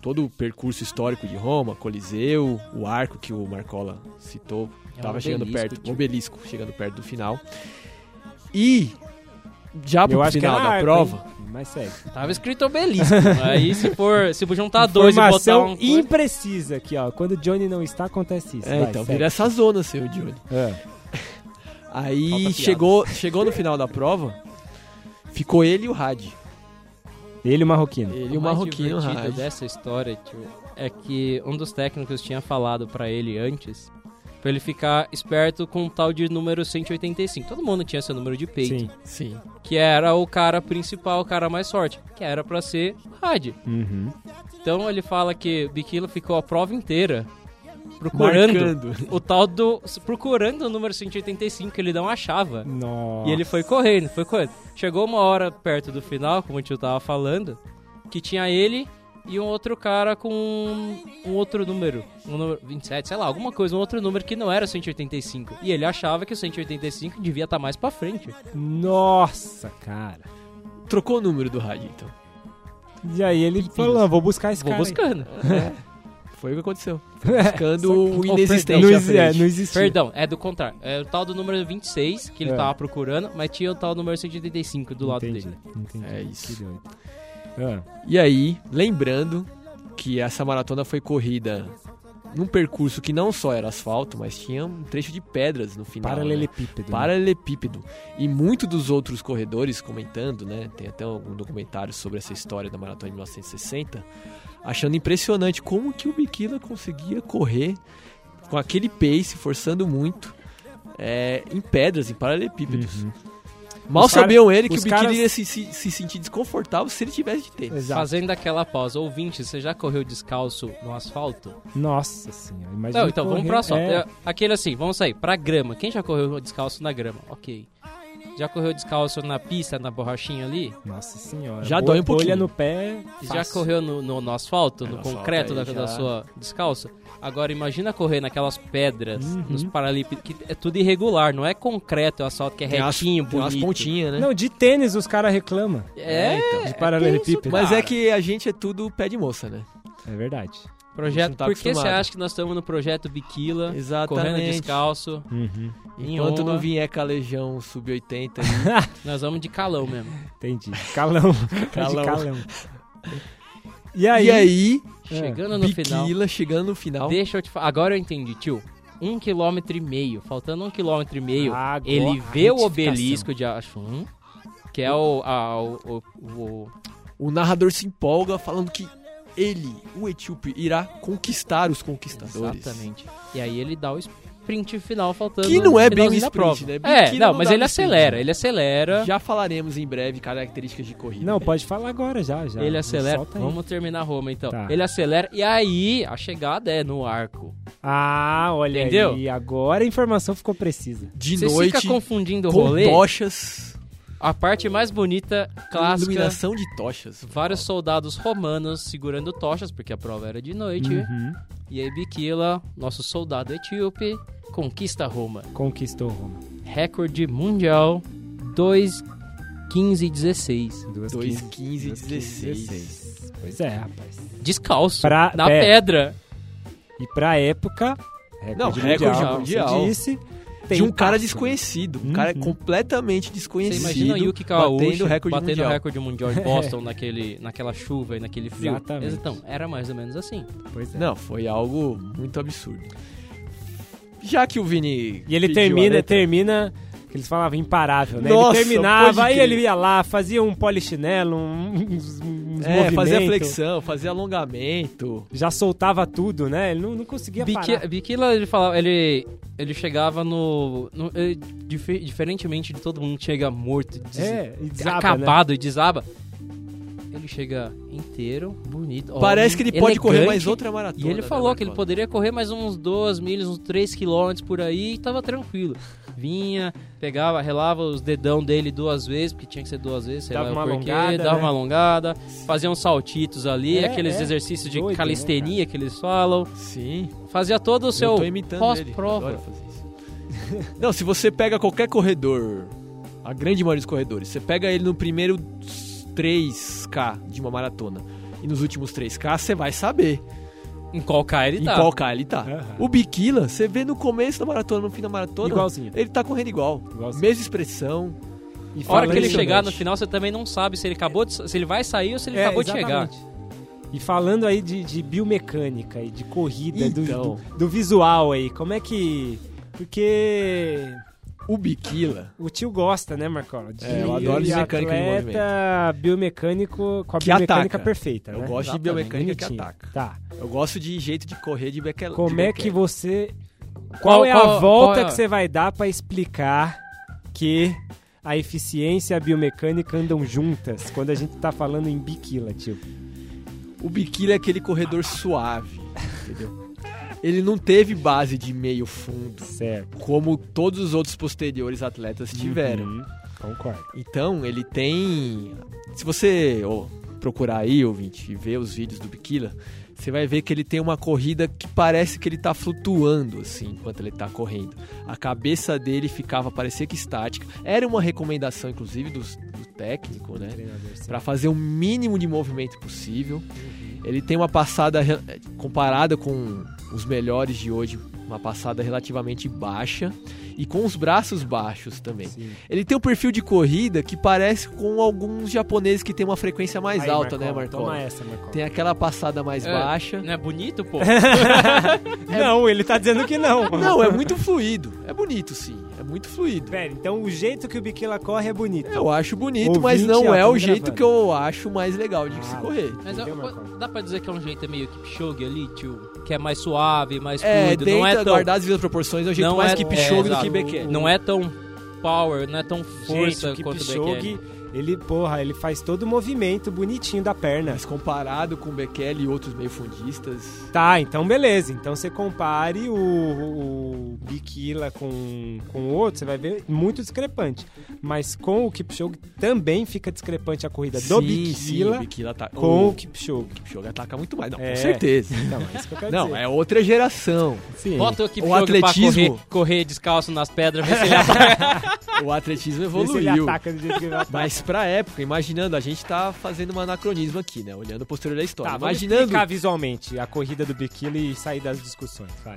C: todo o percurso histórico de Roma, Coliseu, o arco que o Marcola citou,
D: É um
C: tava chegando
D: obelisco,
C: perto,
D: tio.
C: obelisco, chegando perto do final. E já
B: Eu
C: pro
B: acho que
C: final
B: era
C: da
B: arco,
C: prova,
B: hein? Mas segue.
D: Tava escrito obelisco. Aí se for, se juntar dois e botar
B: Informação
D: um...
B: imprecisa aqui, ó. Quando o Johnny não está, acontece isso.
C: É,
B: Vai,
C: então
B: segue.
C: vira essa zona, seu Johnny.
B: É. Falta
C: Aí
D: piada.
C: chegou, chegou no final da prova, ficou ele e o Hadi.
B: Ele e o marroquino.
C: Ele e o marroquino
D: mais divertido
C: Hadi.
D: dessa história, tio, é que um dos técnicos tinha falado pra ele antes, pra ele ficar esperto com o tal de número 185. Todo mundo tinha seu número de peito,
B: Sim.
C: Sim.
D: que era o cara principal, o cara mais forte, que era pra ser Hadi.
B: Uhum.
D: Então ele fala que Biquila ficou a prova inteira procurando
C: Marcando.
D: o tal do procurando o número 185 que ele não achava.
B: Nossa.
D: E ele foi correndo, foi correndo. Chegou uma hora perto do final, como o tio tava falando, que tinha ele e um outro cara com um, um outro número. Um número 27, sei lá, alguma coisa, um outro número que não era o 185. E ele achava que o 185 devia estar mais pra frente.
B: Nossa, cara.
C: Trocou o número do Hadi, então.
B: E aí ele falou, não, vou buscar esse
D: Vou
B: cara. aí." (laughs)
D: buscando.
C: Foi o que aconteceu.
B: É,
C: Ficando
B: só
C: o
D: perdão.
B: que
C: inexistente
B: não,
C: à
B: exi- é,
C: frente.
B: não existia.
D: Perdão, é do contrário. É o tal do número 26 que ele
B: É.
D: tava procurando, mas tinha o tal número 185 do lado dele.
B: Entendi.
C: É isso.
B: Que doido. Ah,
C: E aí, lembrando que essa maratona foi corrida num percurso que não só era asfalto, mas tinha um trecho de pedras no final. né?
B: paralelepípedo.
C: Paralelepípedo. E muito dos outros corredores comentando, né? Tem até um documentário sobre essa história da maratona de 1960, achando impressionante como que o Bikila conseguia correr com aquele pace, forçando muito, é, em pedras, em paralelepípedos.
B: Uhum.
C: Mal
B: Os cara-
C: sabiam ele que
B: os
C: o Bikila
B: caras-
C: ia se, se- se sentir desconfortável se ele tivesse de tênis.
B: Exato.
D: Fazendo aquela pausa. Ouvinte, você já correu descalço no asfalto?
B: Nossa senhora. imagina
D: Não, então vamos
B: correr-
D: pra só.
B: É,
D: É, Aquele assim, vamos sair. Pra grama. Quem já correu descalço na grama? Ok. Já correu descalço na pista, na borrachinha ali?
B: Nossa senhora.
C: Já
B: Bo-
C: dói um
B: Bolha
C: pouquinho.
B: no pé.
D: E Já
B: fácil.
D: correu no, no- no asfalto,
C: É,
D: no
C: no asfalto,
D: concreto da,
C: aí
D: da
C: já.
D: sua descalça? Agora imagina correr naquelas pedras,
B: Uhum.
D: nos paralímpicos, que é tudo irregular, não é concreto, é o asfalto que é
C: Tem umas-
D: retinho,
C: tem umas
D: bonito.
C: pontinhas, né?
B: Não, de tênis os caras reclamam.
D: É,
C: então.
D: é
B: paralelepípedo.
D: tenso,
C: Mas
D: cara.
C: é que a gente é tudo pé de moça, né?
B: É verdade.
C: a gente
D: Projeto,
C: não tá
D: por que você
C: acostumado.
D: acha que nós estamos no projeto Biquila, correndo
C: Exatamente.
D: descalço?
B: Uhum.
C: Enquanto
D: Inhoma.
C: não vier calejão sub-80 aí,
D: Nós vamos de
C: (laughs)
D: calão mesmo.
B: Entendi.
D: (laughs)
B: Calão. calão.
C: Calão.
B: De calão. E aí?
C: E aí,
D: Chegando no final...
C: Biquila chegando no final.
D: Deixa eu te falar. Agora eu entendi, tio. Um quilômetro e meio. Faltando um quilômetro e meio,
C: Ah,
B: Agora-
D: ele vê o
B: retificação.
D: obelisco de Axum, que é o, a- o, o- o-
C: O narrador se empolga falando que ele, o etíope, irá conquistar os conquistadores.
D: Exatamente. E aí ele dá o sprint final faltando.
C: Que não é
D: no
C: bem um
D: finalzinho da
C: sprint,
D: prova.
C: né?
D: É,
C: Biquila
D: não,
C: não
D: mas
C: dá
D: ele
C: um sprint,
D: acelera.
C: né?
D: Ele acelera.
C: Já falaremos em breve características de corrida.
B: Não,
C: né?
B: pode falar agora já. já.
D: Ele acelera.
B: Solta aí.
D: Vamos terminar Roma então.
B: Tá.
D: Ele acelera. E aí a chegada é no arco.
B: Ah, olha
D: Entendeu?
B: aí. Agora a informação ficou precisa.
C: De
D: Você
C: noite,
D: fica confundindo o
C: com
D: rolê.
C: tochas.
D: A parte mais bonita, clássica,
C: Iluminação de tochas.
D: vários soldados romanos segurando tochas, porque a prova era de noite.
B: Uhum.
D: E aí Bikila, nosso soldado etíope, conquista Roma.
B: Conquistou Roma.
D: Recorde mundial 2, 15 e 16.
C: 2,
B: 2,15.
C: 15, 16.
B: Pois é, rapaz.
D: Descalço,
B: Pra-
D: na
B: é.
D: pedra.
B: E pra época, recorde
C: Não,
B: mundial,
C: recorde
B: como
C: mundial.
B: Você disse, né?
C: De um cara
B: tentaço.
C: desconhecido. Um
B: Uhum.
C: cara completamente
D: Você
C: desconhecido.
D: imagina o Yuki
C: batendo
D: Kawauchi
C: recorde
D: batendo
C: mundial.
D: recorde mundial em
B: (laughs)
D: Boston naquele, naquela chuva e naquele frio.
B: Exatamente.
D: Então, era mais ou menos assim.
B: Pois é.
C: Não, foi algo muito absurdo. Já que o Vini.
B: E ele
C: pediu a
B: termina,
C: letra-
B: termina. Que eles falavam imparável, né?
C: Nossa,
B: ele
C: pode
B: terminava, aí
C: crer.
B: ele ia lá, fazia um polichinelo, um, (laughs) uns, uns
C: É, fazia
B: movimentos,
C: flexão, fazia alongamento.
B: Já soltava tudo, né? Ele não, não conseguia parar.
C: é,
D: Biqui- Biquila, ele falava, ele, ele chegava no. no- ele, dif- diferentemente de todo mundo que chega morto, des-
B: É, e
C: né?
B: desaba,
D: acabado e desaba. Ele chega inteiro, bonito. homem,
C: Parece que ele pode correr
D: elegante.
C: mais outra maratona.
D: E ele
C: né,
D: falou que ele
C: maratona.
D: poderia correr mais uns 2 milhas, uns 3 quilômetros por aí e tava tranquilo. Vinha, pegava, relava os dedão dele duas vezes, porque tinha que ser duas vezes, sei
B: Dava uma
D: lá o porquê,
B: alongada,
D: dava
B: né?
D: uma alongada, fazia uns saltitos ali,
B: É,
D: aqueles
B: é.
D: exercícios de
B: Doido, né,
D: calistenia que eles falam.
C: Sim.
D: Fazia todo o
C: eu
D: seu
C: tô imitando ele,
D: pós-prova.
C: adoro fazer isso. (laughs) Não, se você pega qualquer corredor, a grande maioria dos corredores, você pega ele no primeiro 3K de uma maratona e nos últimos 3K, você vai saber
D: Em qual K ele
C: em
D: tá.
C: qual K ele tá.
B: Aham.
C: O Biquila, você vê no começo da maratona, no fim da maratona,
B: Igualzinho.
C: ele tá correndo igual.
B: Igualzinho.
C: Mesma expressão.
B: E
D: A hora
B: falando
D: que ele
B: isso,
D: chegar
C: tá?
B: né?
D: no final, você também não sabe se ele acabou de, se ele vai sair ou se ele
B: É,
D: acabou de
B: exatamente.
D: chegar.
B: E falando aí de, de biomecânica e de corrida, do-
C: Então.
B: do, do visual aí, como é que. Porque
C: O Biquila,
B: o tio gosta, né, Marcola? De,
C: É, eu adoro
B: de
C: de mecânica de
B: atleta biomecânico com a
C: Que
B: biomecânica
C: ataca.
B: perfeita.
C: eu
B: né?
C: gosto de
D: Exatamente.
C: biomecânica que
B: Bonitinho.
C: ataca.
B: Tá.
C: Eu gosto de jeito de correr de beca- de
B: Como é que
C: bequela.
B: você. Qual,
D: Qual-
B: é
D: qual-
B: a volta
D: qual é a-
B: que você vai dar pra explicar que a eficiência e a biomecânica andam juntas quando a gente tá falando em biquila, tio?
C: O Biquila é aquele corredor suave, entendeu? Ele não teve base de meio fundo,
B: Certo.
C: como todos os outros posteriores atletas tiveram.
B: Uhum, Concordo.
C: Então, ele tem. Se você ó, procurar aí, ouvinte, e ver os vídeos do Biquila, você vai ver que ele tem uma corrida que parece que ele tá flutuando, assim, enquanto ele tá correndo. A cabeça dele ficava, parecia que estática. Era uma recomendação, inclusive, dos- do técnico, né?
B: Treinador, certo.
C: Pra fazer o mínimo de movimento possível.
B: Uhum.
C: Ele tem uma passada re- comparada com os melhores de hoje, uma passada relativamente baixa e com os braços baixos também.
B: Sim.
C: Ele tem um perfil de corrida que parece com alguns japoneses que tem uma frequência mais
B: Aí,
C: alta, né,
B: Marcola? Toma
C: Marcola?
B: essa, Marcola.
C: Tem aquela passada mais
D: É.
C: baixa.
D: Não é bonito, pô?
B: Não, ele tá dizendo que não.
C: (laughs) Não, é muito fluido. É bonito, sim. É muito fluido.
B: Pera, então o jeito que o Biquila corre é bonito.
C: Eu acho bonito,
B: Ouvinte,
C: mas
B: ó,
C: não é o
B: tamo
C: jeito
B: gravando.
C: que eu acho mais legal de se
B: Ah,
C: correr.
D: Mas
B: Entendeu,
D: eu-
B: Marcola?
D: dá pra dizer que é um jeito meio Kipchoge ali, tio? Que é mais suave, mais
C: É,
D: fluido,
C: dentro,
D: não é tão...
C: guardar as devidas proporções, é um jeito
D: não
C: mais
D: é-
C: que Kipchoge
D: é,
C: do
D: exato.
C: que Bekele.
D: Não é tão power, não é tão força
B: Gente, o
D: quanto o é. Bekele.
B: Kipchoge, ele, porra, ele faz todo o movimento bonitinho da perna.
C: Mas comparado com Bekele e outros meio fundistas...
B: Tá, então beleza. Então você compare o, o Biquila com, com o outro, você vai ver muito discrepante. Mas com o Kipchoge também fica discrepante a corrida do Biquila
C: ataca...
B: com
C: Com
B: o Kipchoge.
C: Kipchoge ataca muito mais, não,
B: É.
C: com certeza.
B: Não, é isso que eu quero
C: (laughs) Não,
B: dizer.
C: é outra geração.
B: Sim.
D: Bota o Kipchoge
C: atletismo-
D: pra correr, correr descalço nas pedras, vê se ele ataca.
C: O
B: Vê
C: atletismo
B: se ele
C: evoluiu.
B: ataca do jeito que
D: (laughs)
B: ele Tá, ataca.
C: Mas pra época, imaginando, a gente tá fazendo um anacronismo aqui, né? Olhando o posterior da história.
B: Tá, vamos
C: imaginando.
B: explicar visualmente a corrida do Biquila e sair das discussões, vai.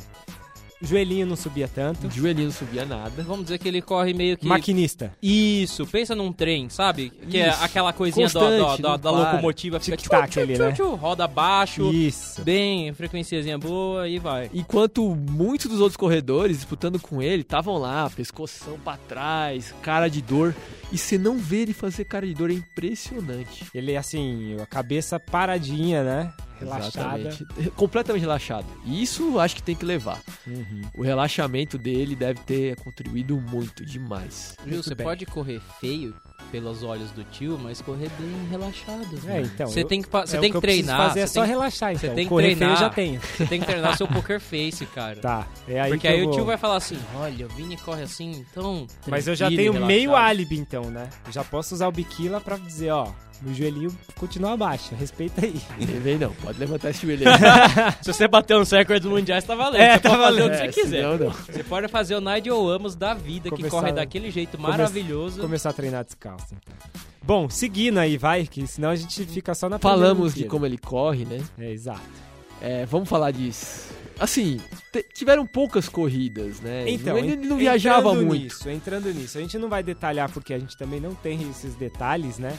B: O joelhinho não subia tanto.
C: O joelhinho não subia nada.
D: Vamos dizer que ele corre meio que...
B: Maquinista.
D: Isso, pensa num trem, sabe? Que é
C: Isso.
D: aquela coisinha do-
C: Constante,
D: do- do-
C: não
D: da
C: para.
D: locomotiva. Fica
B: Tic-tac
D: tchu, tchu,
B: ali,
D: tchu,
B: né?
D: tchu, roda baixo,
B: Isso.
D: bem, frequenciazinha boa e vai.
C: Enquanto muitos dos outros corredores disputando com ele estavam lá, pescoção pra trás, cara de dor. E você não vê ele fazer cara de dor, é impressionante.
B: Ele, assim, a cabeça paradinha, né? relaxada.
C: Exatamente. Completamente relaxado. E isso acho que tem que levar.
B: Uhum.
C: O relaxamento dele deve ter contribuído muito, demais.
D: Viu, você
B: bem.
D: pode correr feio pelos olhos do tio, mas correr bem relaxado.
B: É,
D: velho.
B: então.
D: Você
B: eu-
D: tem que, pa- você
B: é o
D: tem
B: que
D: que
B: eu preciso
D: treinar,
B: fazer é
D: você
B: só
D: tem que-
B: relaxar, então.
D: tem que
B: Correr feio eu
D: treinar.
B: já tenho.
D: você tem que
B: (laughs)
D: treinar seu poker face, cara.
B: Tá. É aí que
D: Porque
B: eu
D: aí o
B: vou-
D: tio vai falar assim, olha, o Vini corre assim, então...
B: Mas eu já
D: tranquilo,
B: tenho meio
D: relaxado."
B: álibi, então, né? Eu já posso usar o biquila pra dizer, ó, meu joelhinho continua abaixo, respeita aí.
C: Não vem não, pode levantar esse joelho
D: (laughs) Se você bater uns recordes mundiais, tá (laughs) valendo.
B: É,
D: você
B: tá
D: pode fazer o
B: valendo.
D: que
C: É,
D: você quiser.
C: senão não.
D: Você pode fazer o Nigel Amos da vida, que
B: Começar-
D: corre daquele jeito
B: Come-
D: maravilhoso.
B: Começar a treinar descalço. então. Bom, seguindo aí, vai, que senão a gente fica só na primeira
C: Falamos de
B: mentira.
C: como ele corre, né?
B: É, exato.
C: É, vamos falar disso. Assim, te- tiveram poucas corridas, né?
B: Então,
C: ele ele não
B: en-
C: viajava
B: entrando
C: muito.
B: Nisso, entrando nisso, a gente não vai detalhar porque a gente também não tem esses detalhes, né?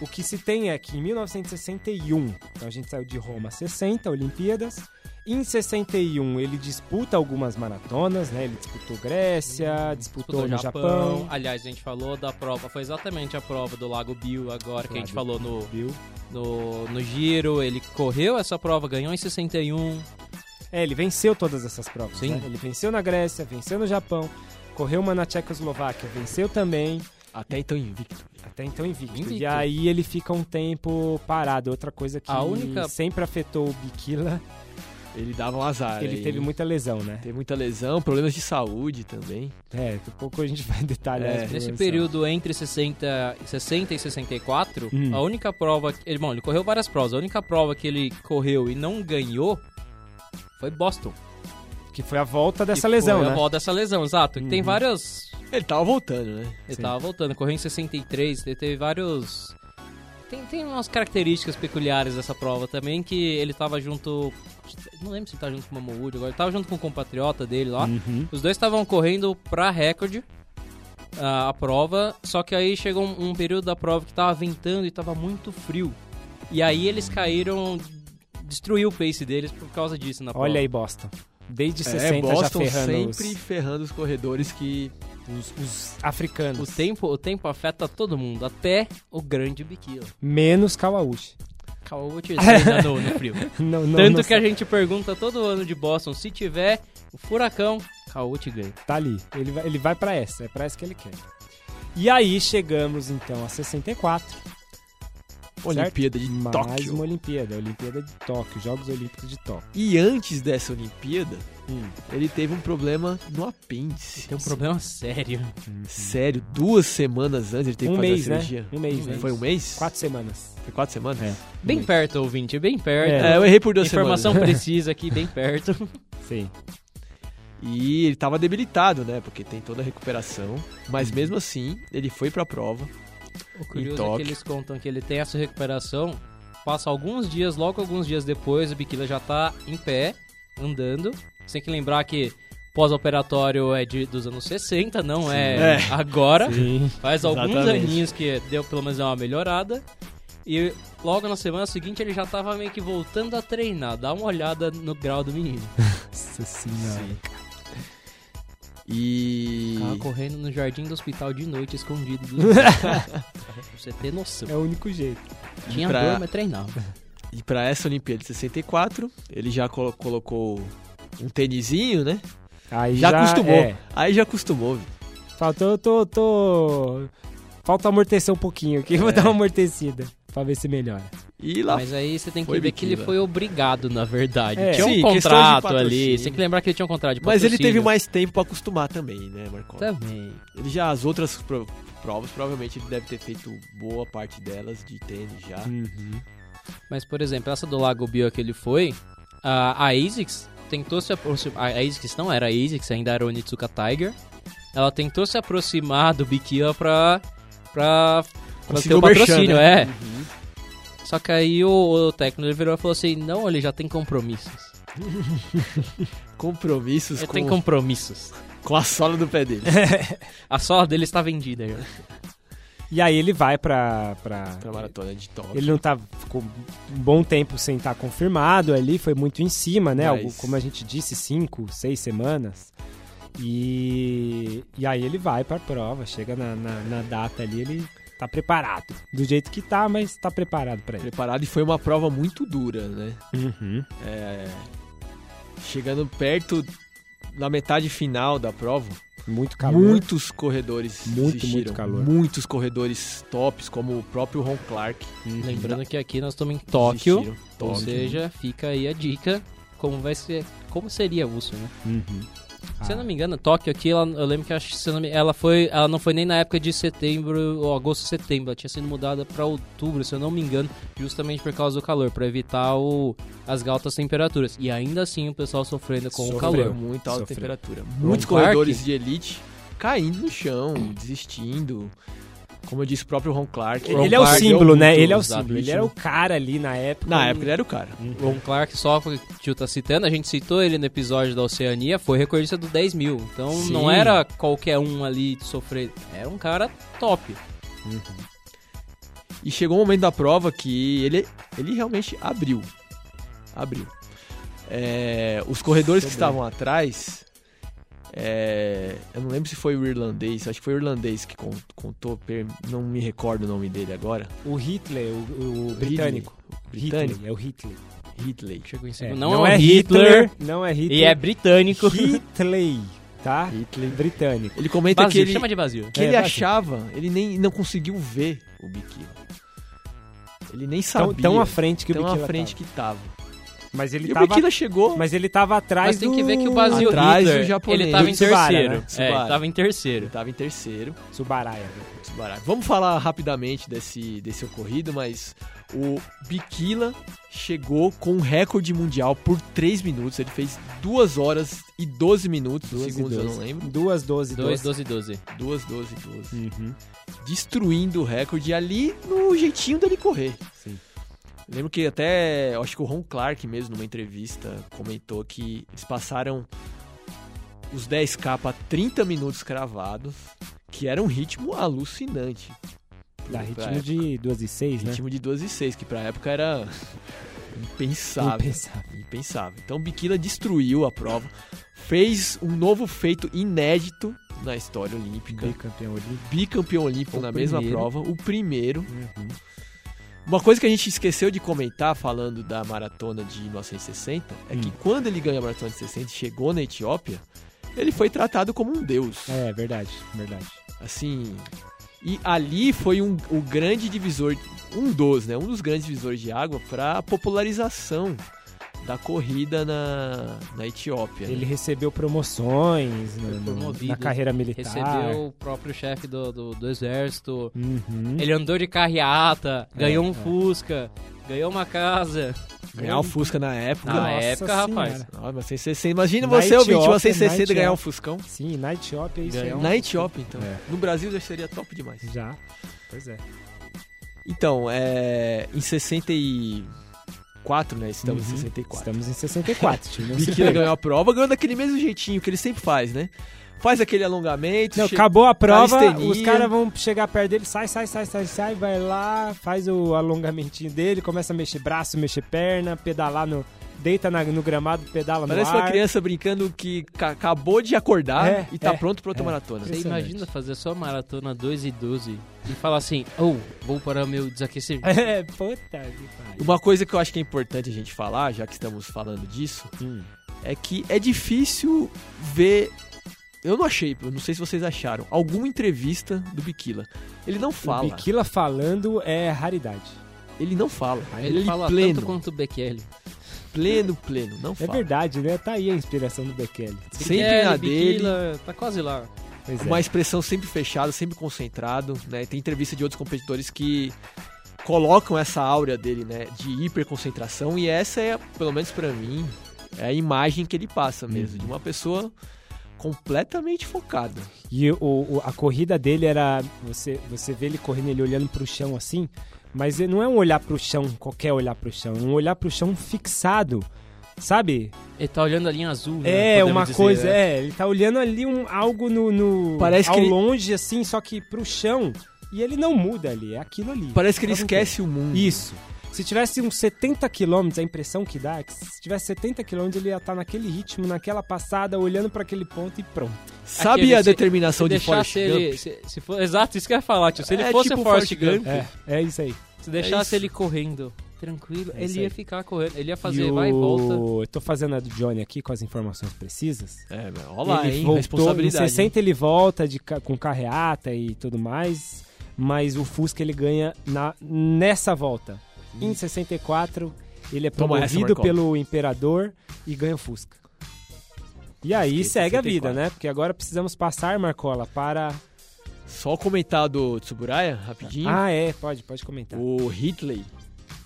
B: O que se tem é que em 1961, então a gente saiu de Roma 60, Olimpíadas. Em 61 ele disputa algumas maratonas, né? Ele disputou
C: Hum,
B: Grécia, disputou,
D: Disputou
B: no Japão.
D: Aliás, a gente falou da prova, foi exatamente a prova do Lago Bill agora, que a gente
B: Lago
D: falou no,
B: Viu?
D: no, no giro. Ele correu essa prova, ganhou em 61.
B: É, ele venceu todas essas provas.
D: Sim.
B: né? Ele venceu na Grécia, venceu no Japão, correu uma na Tchecoslováquia, venceu também.
C: Até então invicto.
B: Até então invicto.
D: Invicto.
B: E aí ele fica um tempo parado. Outra coisa que
D: A única-
B: sempre afetou o Biquila,
C: Ele dava um azar.
B: ele
C: aí.
B: teve muita lesão, né?
C: Teve muita lesão, problemas de saúde também.
B: É, daqui a pouco a gente vai detalhar.
C: É,
B: essa
D: Nesse
B: lesão.
D: período entre 60, 60 e 64,
B: Hum.
D: a única prova. que- Ele, bom, ele correu várias provas. A única prova que ele correu e não ganhou foi Boston.
B: Que foi a volta dessa
D: Que
B: lesão,
D: foi
B: né?
D: A volta dessa lesão, exato. Que Tem
B: Uhum.
D: várias
C: Ele tava voltando, né?
D: Ele
B: Sim.
D: tava voltando, correu em 63, ele teve vários. Tem, tem umas características peculiares dessa prova também, que ele tava junto. Não lembro se ele tava junto com o Mamoude agora, ele tava junto com o compatriota dele lá.
B: Uhum.
D: Os dois estavam correndo pra recorde a, a prova, só que aí chegou um, um período da prova que tava ventando e tava muito frio. E aí eles caíram. Destruiu o pace deles por causa disso na prova.
B: Olha aí, Boston. Desde
C: é,
B: 60
C: Boston
B: já ferrando os-
C: sempre ferrando os
B: (laughs)
C: corredores que
B: os, os africanos.
D: O tempo, o tempo afeta todo mundo, até o grande biquíni.
B: Menos Kawauchi.
D: Calma, eu vou (laughs) te dizer no, no frio.
B: (laughs) Não, não,
D: Tanto
B: não
D: que a gente pergunta todo ano de Boston, se tiver o furacão, Caô te ganha.
B: tá ali. Ele vai, ele vai para essa, é pra essa que ele quer. E aí chegamos então a 64.
C: Olimpíada de
B: Mais
C: Tóquio.
B: uma Olimpíada, a Olimpíada de Tóquio, Jogos Olímpicos de Tóquio.
C: E antes dessa Olimpíada,
B: Hum.
C: ele teve um problema no apêndice.
D: Tem um problema sério.
C: Sério, duas semanas antes ele teve
B: um
C: que fazer
B: mês,
C: a
B: né?
C: cirurgia.
B: Um mês, né?
C: Foi um mês?
B: Quatro semanas.
C: Foi quatro semanas?
B: É.
D: Bem perto, ouvinte, bem perto.
B: É.
C: É, eu errei por duas
D: Informação
C: semanas.
D: precisa aqui, (laughs) bem perto.
B: Sim.
C: E ele tava debilitado, né? Porque tem toda a recuperação. Mas mesmo assim, ele foi pra prova.
D: O curioso é que
C: Tóquio.
D: eles contam que ele tem essa recuperação, passa alguns dias, logo alguns dias depois, o Biquila já tá em pé, andando. Você tem que lembrar que pós-operatório é de, dos anos 60, não é,
C: É.
D: agora.
B: Sim.
D: Faz alguns
C: Exatamente.
D: aninhos que deu pelo menos uma melhorada. E logo na semana seguinte ele já tava meio que voltando a treinar. Dá uma olhada no grau do menino.
B: Nossa senhora.
C: E.
D: Tava correndo no jardim do hospital de noite, escondido do.
C: (laughs)
D: pra você ter noção.
B: É o único jeito.
D: Tinha
C: pra-
D: dor, mas treinava.
C: E pra essa Olimpíada de 64, ele já colo- colocou um tênisinho, né?
B: Aí
C: Já, acostumou.
B: é.
C: Aí já acostumou. viu?
B: Faltou, tô, tô... Falta amortecer um pouquinho aqui.
C: É.
B: Vou dar uma amortecida pra ver se melhora.
C: E lá.
D: Mas é aí você tem que
C: Tá. Foi
D: ver que ele
C: Bikila.
D: foi obrigado, na verdade.
B: É.
D: Tinha um
C: Sim, questão de
D: contrato ali.
C: patrocínio.
D: Você tem que lembrar que ele tinha um contrato de
C: Mas ele
D: patrocínio.
C: teve mais tempo pra acostumar também, né, Marcão?
D: Também.
C: Ele já, as outras pro- provas, provavelmente ele deve ter feito boa parte delas de tênis já. Uhum.
D: Mas, por exemplo, essa do Lago Bio que ele foi, a, a ASICS tentou se aproximar. A ASICS não era a ASICS, ainda era o Onitsuka Tiger. Ela tentou se aproximar do Bikila pra, pra, pra ter
C: Conseguiu
D: o
C: o merchan,
D: patrocínio,
C: né?
D: é. Só que aí o, o técnico ele virou e falou assim: não, ele já tem compromissos.
C: Compromissos
D: Ele
C: com,
D: tem compromissos.
C: com a sola do pé dele.
D: A sola dele está vendida já.
C: (laughs)
B: E aí ele vai pra... pra...
C: pra maratona de Tóquio.
B: Ele não tá... Ficou um bom tempo sem estar confirmado ali. Foi muito em cima, né?
C: Mas-
B: Algo, como a gente disse, cinco, seis semanas. E, e aí ele vai pra prova. Chega na, na, na data ali, ele Tá preparado. Do jeito que tá, mas tá preparado pra ele.
C: Preparado e foi uma prova muito dura, né?
B: Uhum.
C: É, chegando perto da metade final da prova,
B: Muito calor.
C: muitos corredores
B: Muito,
C: desistiram.
B: muito calor.
C: Muitos corredores tops, como o próprio Ron Clark.
B: Uhum.
D: Lembrando que aqui nós estamos em Tóquio,
C: desistiram.
D: ou
C: Tóquio.
D: seja, fica aí a dica como vai ser, como seria Uso, né?
B: Uhum.
D: Se eu
B: Ah.
D: não me engano, Tóquio aqui, ela- eu lembro que ela, se eu não me- ela foi, ela não foi nem na época de setembro ou agosto, setembro, ela tinha sido mudada pra outubro, se eu não me engano, justamente por causa do calor, pra evitar o- as altas temperaturas. E ainda assim o pessoal sofrendo com o
B: Sofreu.
D: calor.
C: Muita alta
B: Sofreu.
C: temperatura. Muitos
D: Clark.
C: corredores de elite caindo no chão, desistindo. Como eu disse, o próprio Ron Clark. Ron
B: Ele é o
C: Clark
B: símbolo, né?
C: um muito
B: Ele é o
C: os
B: símbolo.
C: atletas,
B: Ele era
C: né?
B: o cara ali na época.
C: Na
B: E-
C: época ele era o cara.
D: Ron Uhum. Clark, só que o tio tá citando, a gente citou ele no episódio da Oceania, foi recordista do 10 mil. Então
B: Sim.
D: não era qualquer um ali de sofrer, era um cara top.
C: E chegou um momento da prova que ele, ele realmente abriu. Abriu. É, os corredores que estavam atrás. é, eu não lembro se foi o irlandês, acho que foi o irlandês que con- contou, per- não me recordo o nome dele agora.
B: O Hitler, o, o britânico.
C: Hitler.
B: Hitler, é o Hitler.
C: Hitley.
D: Chegou em
B: É,
D: segundo. não, é Hitler,
B: Não é Hitler.
D: e é britânico.
B: Hitler, tá?
C: Hitley.
B: Britânico.
C: Ele comenta
D: Vazio,
C: que ele,
D: chama de vazio.
C: que
B: É,
C: ele
B: vai,
C: achava, ele nem não conseguiu ver o biquíni. Ele nem
B: Tão,
C: sabia.
B: Então, tão à frente que o
C: tão à
B: Bikila
C: frente que tava.
B: tava. Mas ele
C: e
B: tava...
C: o Biquila chegou.
B: Mas ele tava atrás
D: Mas tem que
B: do-
D: ver que o Brasil
C: Atrás do
D: Hitler,
C: japonês.
D: ele tava em
B: Do Tsubara,
D: terceiro.
B: né?
D: É,
C: Tsubara.
D: ele tava em
C: Ele
D: terceiro.
C: tava em terceiro.
B: Tsubaraia.
C: Tsubara. Vamos falar rapidamente desse, desse ocorrido, mas o Biquila chegou com um recorde mundial por 3 minutos. Ele fez 2 horas e 12 minutos,
B: Duas e
C: segundos eu
B: doze.
C: não lembro.
B: Duas, doze,
D: 2,
B: doze.
D: 12, 12.
C: 2, 12, 12.
B: Uhum.
C: Destruindo o recorde ali no jeitinho dele correr.
B: Sim.
C: Lembro que até, eu acho que o Ron Clark mesmo, numa entrevista, comentou que eles passaram os 10K pra 30 minutos cravados, que era um ritmo alucinante.
B: Dá
C: Pra
B: ritmo de duas e seis, né?
C: Ritmo de 12 e 6, que pra época era impensável.
B: Impensável.
C: impensável. Então Biquila destruiu a prova, fez um novo feito inédito na história olímpica.
B: Bicampeão olímpico.
C: Bicampeão olímpico
B: O
C: na mesma
B: primeiro.
C: prova, o primeiro.
B: Uhum.
C: Uma coisa que a gente esqueceu de comentar falando da maratona de 1960 é que
B: Hum.
C: quando ele ganha a maratona de 60 e chegou na Etiópia, ele foi tratado como um deus.
B: É, verdade, verdade.
C: Assim, e ali foi um, o grande divisor, um dos, né? Um dos grandes divisores de água para a popularização da corrida na, na Etiópia. né?
B: Ele recebeu promoções no- no-
D: promovido.
B: na carreira militar.
D: Recebeu o próprio chefe do, do, do exército.
B: Uhum.
D: Ele andou de carreata, ganhou um
B: é.
D: Fusca, ganhou uma casa.
C: Ganhar o Fusca na época.
D: Na
B: Nossa
D: época,
B: senhora.
D: rapaz.
C: Ah, 1960. Imagina
B: Na
C: você, ouvinte,
B: Etiópia,
C: você em
B: na
C: 60 ganhar
B: Etiópia.
C: um Fuscão.
B: Sim, na Etiópia é isso aí.
D: Ganhou
C: Na Etiópia, então.
B: É.
C: No Brasil já seria top demais.
B: Já. Pois é.
C: Então, é, em 64, né? Estamos
B: Uhum.
C: em 64.
B: Estamos em
C: (laughs)
B: 64, time.
C: Biquila ganhou a prova, ganhou daquele mesmo jeitinho que ele sempre faz, né? Faz aquele alongamento.
B: Não,
C: che-
B: acabou a prova,
C: Calistenia.
B: os caras vão chegar perto dele, sai, sai, sai, sai, sai, vai lá, faz o alongamentinho dele, começa a mexer braço, mexer perna, pedalar no. Deita na- no gramado, pedala
C: Parece
B: no ar.
C: uma criança brincando que ca- acabou de acordar
B: É,
C: e tá
B: é,
C: pronto pra outra
B: é.
C: maratona.
D: Você
B: Impressionante.
D: imagina fazer só maratona 2 e 12 e falar assim, ou vou para o meu desaquecimento.
B: (laughs) É, puta que pariu.
C: Uma coisa que eu acho que é importante a gente falar, já que estamos falando disso,
B: Hum.
C: é que é difícil ver. Eu não achei, eu não sei se vocês acharam, alguma entrevista do Biquila. Ele não
B: O
C: fala.
B: Biquila falando é raridade.
C: Ele não fala.
D: Ele,
C: É, Ele,
D: fala
C: pleno,
D: tanto quanto o Bekele.
C: pleno, pleno, não
B: É
C: fala.
B: verdade, né? Tá aí a inspiração do Bekele.
C: Sempre na dele.
D: Biquila, Tá quase lá.
B: Pois é.
C: Uma expressão sempre fechada, sempre concentrado, né? Tem entrevista de outros competidores que colocam essa áurea dele, né? De hiperconcentração. E essa é, pelo menos pra mim, é a imagem que ele passa mesmo.
D: Uhum.
C: De uma pessoa completamente focada.
B: E o, o- a corrida dele era. Você, você vê ele correndo, ele olhando pro chão assim, mas ele não é um olhar pro chão, qualquer olhar pro chão, é um olhar pro chão fixado. Sabe?
D: Ele tá olhando a linha azul. né,
B: É,
D: podemos
B: uma
D: dizer,
B: coisa,
D: né?
B: é, ele tá olhando ali um, algo no, no-
C: Parece
B: ao
C: que ele-
B: longe, assim, só que pro chão. E ele não muda ali, é aquilo ali.
C: Parece que ele
B: Sabe o quê?
C: esquece o mundo.
B: Isso. Se tivesse uns 70 quilômetros, a impressão que dá é que se tivesse 70 quilômetros, ele ia estar naquele ritmo, naquela passada, olhando para aquele ponto e pronto.
C: Sabe
D: Aquele,
C: a
D: se-
C: determinação
D: se
C: de Forrest
D: deixasse ele.
C: Gump?
D: Se, se for, exato, isso que eu ia falar, tio. Se ele
C: É
D: fosse
C: tipo
D: o Forrest
C: Forrest
D: Gump,
B: É, é isso aí.
D: se deixasse
C: isso.
D: ele correndo tranquilo,
B: É isso
D: ele
B: aí.
D: ia ficar correndo. Ele ia fazer
B: o-
D: vai e volta.
B: Eu tô fazendo a do Johnny aqui com as informações precisas.
C: É, mas olha lá,
B: ele
C: hein?
B: voltou, Em
C: responsabilidade. hein?
B: 60 ele volta de ca- com carreata e tudo mais, mas o Fusca ele ganha na, nessa volta. Em 64, ele é
C: Toma essa,
B: promovido
C: Marcola.
B: pelo imperador e ganha o Fusca. E aí
C: Fiquei
B: segue a vida,
C: 64.
B: né? Porque agora precisamos passar, Marcola, para...
C: Só comentar do Tsuburaya, rapidinho.
B: Ah, é, pode, pode
D: tá.
B: comentar.
C: O Hitler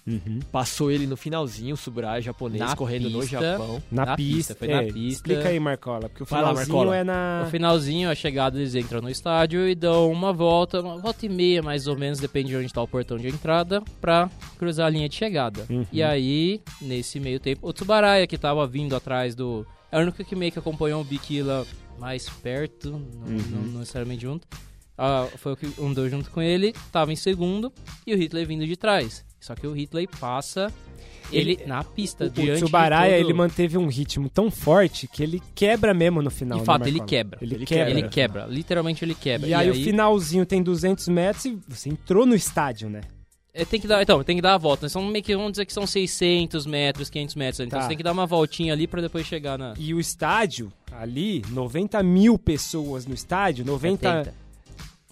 B: Uhum.
C: passou ele no finalzinho, o Tsuburaya japonês,
D: Na
C: correndo no
D: pista.
C: Japão.
B: Na,
D: na
B: pista,
D: pista, foi na
B: é,
D: pista.
B: Explica aí, Marcola, porque o
C: Vai lá,
B: finalzinho
C: Marcola.
B: é na...
D: No finalzinho, a chegada, eles entram no estádio e dão uma volta, uma volta e meia mais ou menos, depende de onde está o portão de entrada, pra cruzar a linha de chegada.
B: Uhum.
D: E aí, nesse meio tempo, o Tsubaraya, que tava vindo atrás do... É o único que meio que acompanhou o Bikila mais perto, não, não-
B: Uhum.
D: não necessariamente junto. Ah, foi o que andou junto com ele, tava em segundo, e o Hitler vindo de trás. Só que o Hitler passa ele, na pista, Tá diante
B: O
D: de
B: Tsubaraya,
D: todo-
B: ele manteve um ritmo tão forte que ele quebra mesmo no final.
D: De
B: né,
D: fato, ele
B: Marcola?
D: quebra.
B: Ele,
C: Ele
B: quebra.
C: quebra.
D: Ele quebra, literalmente ele quebra.
B: E, aí, o finalzinho tem 200 metros e você entrou no estádio, né?
D: É, tem que dar, então, tem que dar a volta. né? São meio que, vamos dizer que são 600 metros, 500 metros. Então
B: Tá.
D: você tem que dar uma voltinha ali pra depois chegar na...
B: E o estádio, ali, 90 mil pessoas no estádio,
C: tá-
B: 90...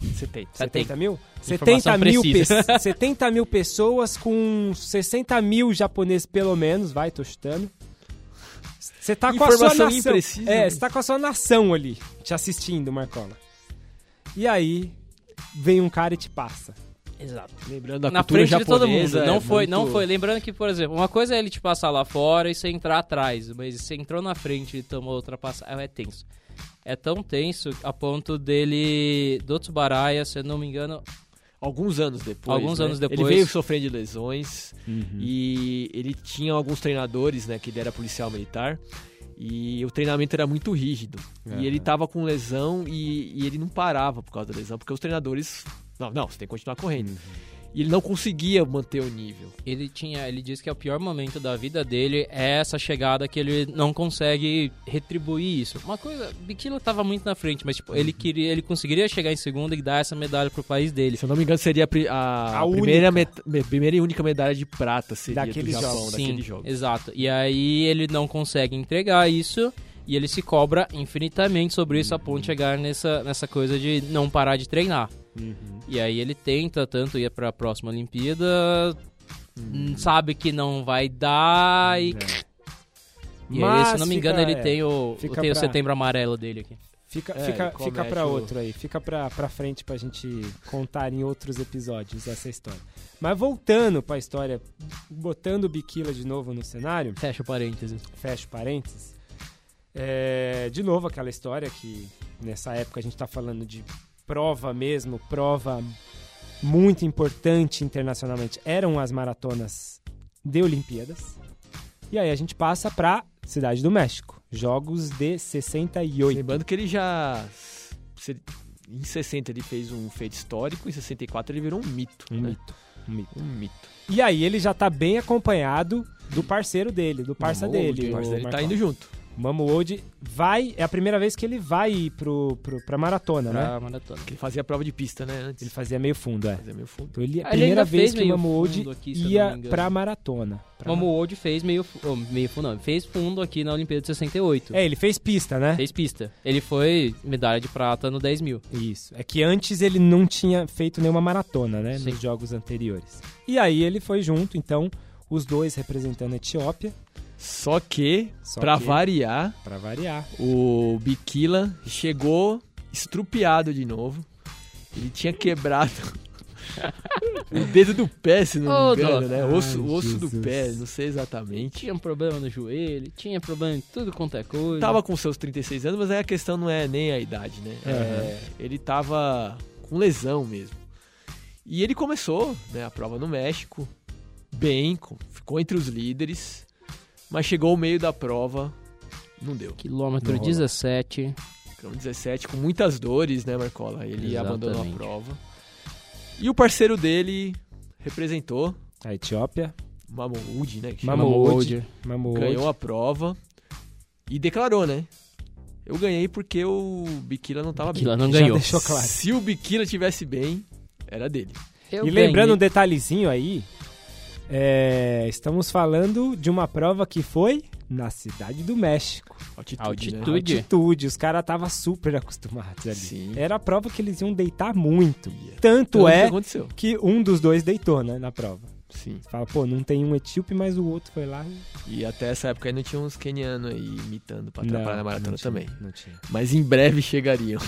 D: 70.
B: 70.
D: 70.
B: mil?
D: Informação
B: 70 mil, pe- (laughs)
D: precisa.
B: 70 mil pessoas com 60 mil japoneses pelo menos, vai, tô chutando. Você tá com a sua
C: Informação
B: nação.
C: imprecisa.
B: É, você tá com a sua nação ali, te assistindo, Marcola. E aí, vem um cara e te passa.
D: Exato.
C: Lembrando da
D: na
C: cultura
D: frente de todo mundo.
C: japonesa, é
D: Não foi, não
C: muito-
D: foi. Lembrando que, por exemplo, uma coisa é ele te passar lá fora e você entrar atrás. Mas você entrou na frente e tomou outra passagem. É tenso. É tão tenso a ponto dele... Do Tsubaraya, se eu não me engano...
C: Alguns anos depois.
D: Alguns
C: né?
D: anos
C: Ele
D: depois. Uhum.
C: veio sofrendo de lesões e ele tinha alguns treinadores, né? Que ele era policial militar. E o treinamento era muito rígido. E ele tava com lesão e, e ele não parava por causa da lesão, porque os treinadores. Não, não, você tem que continuar correndo.
D: Uhum.
C: E ele não conseguia manter o nível.
D: Ele tinha, ele diz que é o pior momento da vida dele é essa chegada que ele não consegue retribuir isso. Uma coisa, Bikila tava muito na frente, mas tipo, ele queria, ele conseguiria chegar em segundo e dar essa medalha pro país dele.
C: Se eu não me engano, seria a, pri- a
B: A
C: primeira, met- me- primeira e única medalha de prata seria
B: Daqueles
C: do Japão,
B: jogos.
C: daquele jogo.
D: Exato. E aí ele não consegue entregar isso e ele se cobra infinitamente sobre isso a ponto
B: Uhum.
D: de chegar nessa, nessa coisa de não parar de treinar.
B: Uhum.
D: E aí ele tenta tanto ir pra próxima Olimpíada,
B: Uhum.
D: hum, sabe que não vai dar e E aí, se não me engano,
B: É. fica-
D: ele
B: é,
D: tem o,
B: fica
D: tem o
B: pra-
D: setembro amarelo dele aqui.
B: Fica,
C: É,
B: fica, fica
C: ele comete
B: pra
C: o-
B: outro aí, fica pra, pra frente pra gente contar em outros episódios essa história. Mas voltando pra história, botando o Biquila de novo no cenário,
D: Fecha parênteses.
B: fecha parênteses, é, de novo aquela história que nessa época a gente tá falando de prova mesmo, prova muito importante internacionalmente, eram as maratonas de Olimpíadas. E aí a gente passa pra Cidade do México, Jogos de 68.
C: Lembrando que ele já. se- Em 60 ele fez um feito histórico, em 64 ele virou um mito.
B: Um
C: né?
B: mito, um mito.
C: Um mito.
B: E aí ele já tá bem acompanhado do parceiro dele, do parça
C: Mamou,
B: dele.
C: o
B: o
C: parça dele tá
B: Marcola.
C: indo junto.
B: Mamuold vai, é a primeira vez que ele vai pro, pro, pra maratona, né?
D: Pra maratona.
C: Ele fazia a prova de pista, né? Antes.
B: Ele fazia meio fundo, é.
C: fazia meio fundo.
B: Então ele é a
D: Ele
B: primeira
D: ainda
B: vez
D: fez
B: que o
D: meio
B: Mamuold
D: fundo aqui, se eu não
B: ia
D: me engano.
B: pra maratona. Pra
D: Como o Old fez meio, fu- oh, meio fundo, não, fez fundo aqui na Olimpíada de 68.
B: maratona. É, ele fez pista, né?
D: Fez pista. Ele foi medalha de prata no 10 mil.
B: Isso. É que antes ele não tinha feito nenhuma maratona, né?
D: Sim.
B: Nos jogos anteriores. E aí ele foi junto, então, os dois representando a Etiópia,
C: Só que,
B: Só
C: pra
B: que-
C: variar,
B: pra variar.
C: o Bikila chegou estrupiado de novo. Ele tinha quebrado (laughs) o dedo do pé, se não
D: Ô,
C: me engano,
D: dó.
C: né? Osso,
B: Ai,
C: osso do
B: Jesus.
C: pé, não sei exatamente.
D: Tinha um problema no joelho, tinha problema em tudo quanto é coisa.
C: Tava com seus 36 anos, mas aí a questão não é nem a idade, né?
B: Uhum.
C: É, ele tava com lesão mesmo. E ele começou né, a prova no México, bem, com- ficou entre os líderes, mas chegou ao meio da prova, não deu.
D: Quilômetro
B: Não rolou.
D: 17.
C: Então, 17, com muitas dores, né, Marcola? Ele abandonou a
D: Exatamente.
C: prova. E o parceiro dele representou,
B: A Etiópia,
C: Mamoud, né? que chama.
B: Mamoud,
C: ganhou
B: Mamoud.
C: a prova e declarou, né? Eu ganhei porque o Biquila não tava
D: Biquila
C: bem.
D: não
B: Já
D: ganhou.
B: deixou claro.
C: Se o Biquila tivesse bem, era dele.
B: E lembrando um detalhezinho aí, é, estamos falando de uma prova que foi na cidade do México.
C: Altitude,
D: Altitude.
C: né?
B: Altitude, os caras estavam super acostumados ali.
C: Sim.
B: Era a prova que eles iam deitar muito.
C: Ia.
B: Tanto
C: Então, o que
B: é
C: aconteceu.
B: que um dos dois deitou, né, na prova.
C: Sim.
B: Você fala, pô, não tem um etíope, mas o outro foi lá e...
C: E até essa época ainda tinha uns quenianos aí imitando pra atrapalhar
B: Não,
C: na maratona
B: não tinha,
C: também.
B: Não tinha,
C: Mas em breve chegariam.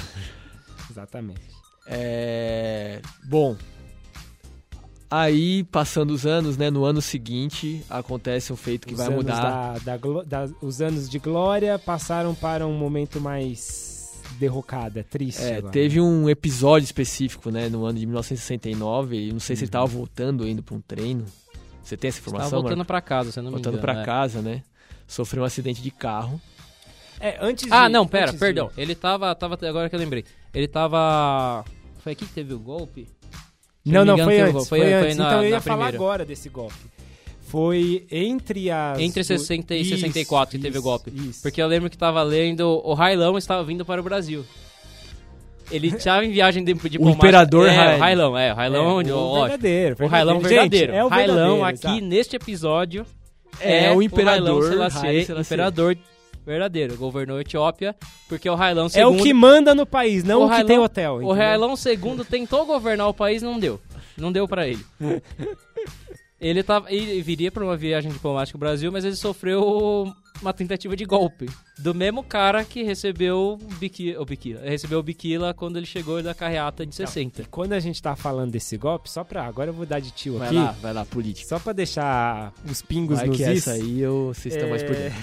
B: exatamente.
C: É. Bom. Aí, passando os anos, né? No ano seguinte, acontece um feito que
B: Os
C: vai
B: anos
C: mudar.
B: da- da glo- da- os anos de glória passaram para um momento mais derrocada, triste.
C: É,
B: agora.
C: teve um episódio específico, né? No ano de 1969. E não sei se
B: Uhum.
C: ele tava voltando ainda pra um treino. Você tem essa
D: Tava
C: informação?
D: voltando
C: Marco?
D: pra casa, você não me
C: voltando
D: engano,
C: pra
D: é.
C: casa, né? Sofreu um acidente de carro.
B: É, antes
D: Ah,
B: de-
D: não, pera,
B: antes de-
D: perdão. Ele tava, tava. Agora que eu lembrei. Ele tava. Foi aqui que teve o golpe? Se
B: Não,
D: me
B: não,
D: engano,
B: foi
D: teve o
B: antes.
D: golpe.
B: Foi,
D: foi
B: antes.
D: na-
B: então eu ia
D: na
B: falar
D: primeira.
B: agora desse golpe. Foi entre as.
D: Entre 60 e
B: Isso,
D: 64 que teve o
B: isso,
D: golpe.
B: Isso.
D: Porque eu lembro que tava lendo. O Railão estava vindo para o Brasil. Ele estava em viagem de, de
C: O Imperador
D: É,
C: Haile.
D: o Railão, é. O Railão,
B: é,
D: ó,
B: o
D: ó,
B: verdadeiro,
D: o Railão
B: Gente,
D: verdadeiro.
B: é o verdadeiro,
D: Railão aqui
B: exato.
D: neste episódio
C: É, o imperador
D: Railão Selassie,
C: Haile Selassie.
D: imperador verdadeiro. Governou a Etiópia porque o Railão
B: É
D: segundo
B: o que manda no país, não o,
D: O
B: que
D: Railão-
B: tem hotel.
D: O
B: entendeu?
D: Railão II tentou governar o país, não deu. Não deu pra
B: (laughs)
D: ele. ele tava, ele viria pra uma viagem diplomática ao Brasil, mas ele sofreu uma tentativa de golpe do mesmo cara que recebeu o Biquila, o Biquila, recebeu o Biquila quando ele chegou da carreata de 60.
B: Quando a gente tá falando desse golpe, só pra. Agora eu vou dar de tio
C: Vai
B: aqui.
C: lá, vai lá, política.
B: Só pra deixar os pingos
C: Vai
B: nos
C: que
D: é
B: is.
C: essa aí eu, vocês estão mais por
B: É,
C: dentro.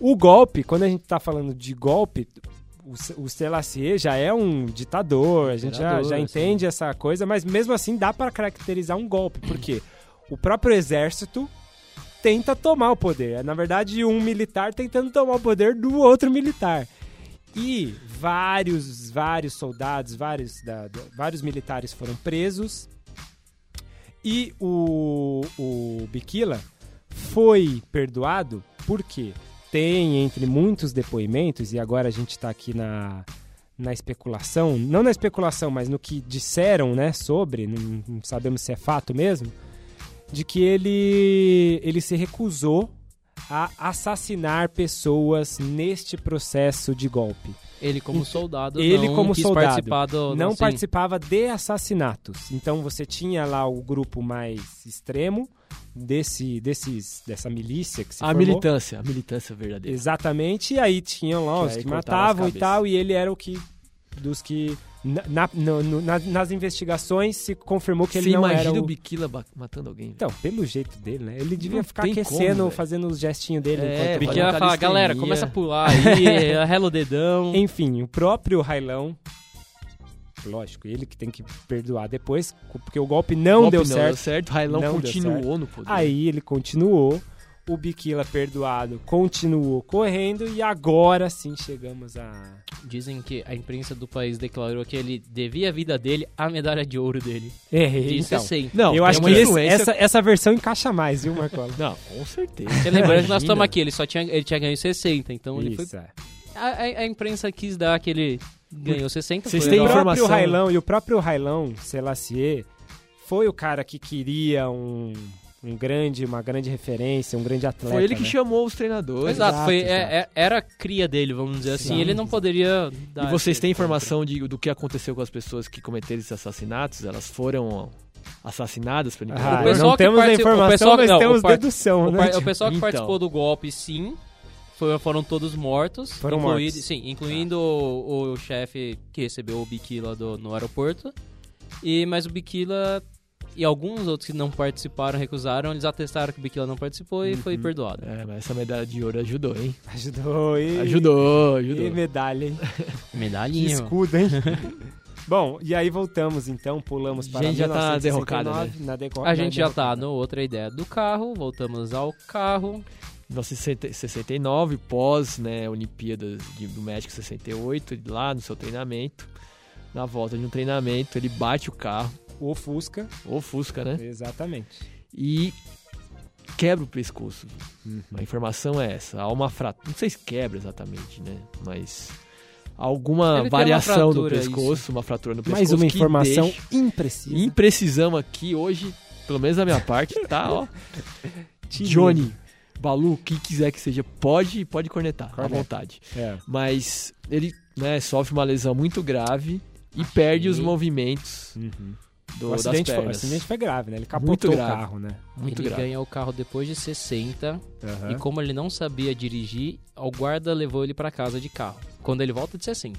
B: O golpe, quando a gente tá falando de golpe, o, Se- o Selassie já é um ditador, a gente já,
C: Imperador,
B: já entende essa coisa, mas mesmo assim dá para caracterizar um golpe, porque o próprio exército tenta tomar o poder. É, na verdade, um militar tentando tomar o poder do outro militar. E vários, vários soldados, vários, da- da- vários militares foram presos. E o, o Biquila foi perdoado porque tem, entre muitos depoimentos, e agora a gente está aqui na, na especulação, não na especulação, mas no que disseram né, sobre, não, não sabemos se é fato mesmo, de que ele, ele se recusou a assassinar pessoas neste processo de golpe
D: Ele como soldado
B: ele
D: não
B: como
D: quis
B: soldado
D: participar do,
B: não
D: assim,
B: participava de assassinatos. Então você tinha lá o grupo mais extremo desse desses dessa milícia que se
C: A
B: formou.
C: militância, a militância verdadeira.
B: Exatamente. E aí tinham lá
C: Que
B: os
C: aí
B: que
C: cortava as
B: matavam e
C: cabeças.
B: tal, e ele era o que dos que na- na- no- no- nas- nas investigações se confirmou que
C: Você
B: ele não
C: imagina
B: era
C: o
B: o
C: Biquila ba- matando alguém?
B: então, pelo jeito dele, né? Ele devia
C: Não
B: ficar
C: tem como,
B: aquecendo,
C: velho.
B: fazendo os gestinhos dele
C: É,
B: enquanto
D: Biquila
C: Olha,
D: vai falar, galera,
C: calistenia.
D: começa a (laughs) pular aí, arrela o
C: um-
D: dedão.
B: Enfim, o próprio Railão, lógico, ele que tem que perdoar depois, porque o golpe não,
C: O golpe
B: deu, certo.
C: deu certo. Railão
B: Não deu
C: continuou no poder.
B: Aí ele continuou, o Biquila perdoado continuou correndo e agora sim chegamos a.
D: Dizem que a imprensa do país declarou que ele devia a vida dele à medalha de ouro dele.
B: Errei,
D: De
C: assim,
B: então.
D: 60.
C: Não,
B: eu
C: tem
B: acho que
C: uma
B: esse-
C: influência-
B: essa, essa versão encaixa mais, viu,
C: (laughs)
B: Marcola?
C: Não,
B: (laughs)
C: com certeza.
D: Porque lembrando que
C: Imagina.
D: nós estamos aqui, ele só tinha, ele tinha ganho 60, então ele foi.
B: Isso, é.
D: A, a- a imprensa quis dar que ele ganhou 60.
C: Vocês
D: foi
C: têm
B: O
D: legal.
C: informa-
B: próprio
C: informação.
B: Railão e o próprio Railão Selassie foi o cara que queria um, um grande, uma grande referência, um grande atleta.
C: Foi ele que
B: né?
C: chamou os treinadores.
D: Exato, foi,
B: Exato,
D: é- é- era a cria dele, vamos dizer assim.
B: Exato.
D: Ele não poderia dar.
C: E vocês
D: esse-
C: têm informação de, do é que aconteceu com as pessoas que cometeram esses assassinatos? Elas foram assassinadas pelo
B: Ah,
D: O
C: imperador?
D: pessoal
B: não
D: que
B: temos a
D: participou- o
B: informação,
D: pessoal que-
B: mas
D: não,
B: temos
D: o par-
B: dedução,
D: O,
B: né?
D: par- o pessoal que
C: Então.
D: participou do golpe, sim. foi- foram todos mortos.
B: Foram
D: incluído-
B: mortos.
D: Sim, incluindo o, o chefe que recebeu o Biquila do, no aeroporto. E, mas o Biquila e alguns outros que não participaram, recusaram, eles atestaram que o Biquila não participou e foi perdoado.
C: É, mas essa medalha de ouro ajudou, hein?
B: Ajudou, e...
C: Ajudou,
B: E
C: ajudou.
B: medalha, hein? Que
D: Medalhinha.
B: escudo, hein? Bom, e aí voltamos então, pulamos para
C: A gente já tá na
B: 1969,
C: derrocada, né?
B: na deco-
D: A
B: na
D: gente já tá
B: derrocada.
D: no outra ideia do carro, voltamos ao carro.
C: Então, 1969, pós, né, Olimpíadas de- do México 68, lá no seu treinamento. Na volta de um treinamento, ele bate o carro
B: O Fusca,
C: Ou Fusca, né?
B: exatamente.
C: E quebra o pescoço.
B: Uhum.
C: A informação é essa. Há uma fratura. Não sei se quebra exatamente, né? Mas alguma
D: Deve ter uma
C: variação no
D: fratura,
C: pescoço, uma fratura no pescoço.
B: é Mais uma
C: que
B: informação
C: deixa-
B: imprecisa.
C: Imprecisão aqui hoje, pelo menos da minha parte, tá?
B: (laughs)
C: Ó.
B: Tinindo.
C: Johnny, Balu, quem quiser que seja, pode, pode cornetar,
B: Corneta.
C: à vontade.
B: É.
C: Mas ele né, sofre uma lesão muito grave
D: Ah,
C: e perde os movimentos
B: Uhum.
C: do,
B: O, acidente foi,
C: das
B: o
C: pernas.
B: acidente foi grave, né? Ele
C: Muito
B: capotou o
C: grave.
B: carro, né?
C: Muito
D: ele
C: grave.
D: ganhou o carro depois de 60
B: Aham.
D: e como ele não sabia dirigir, o guarda levou ele pra casa de carro. Quando ele volta de 60.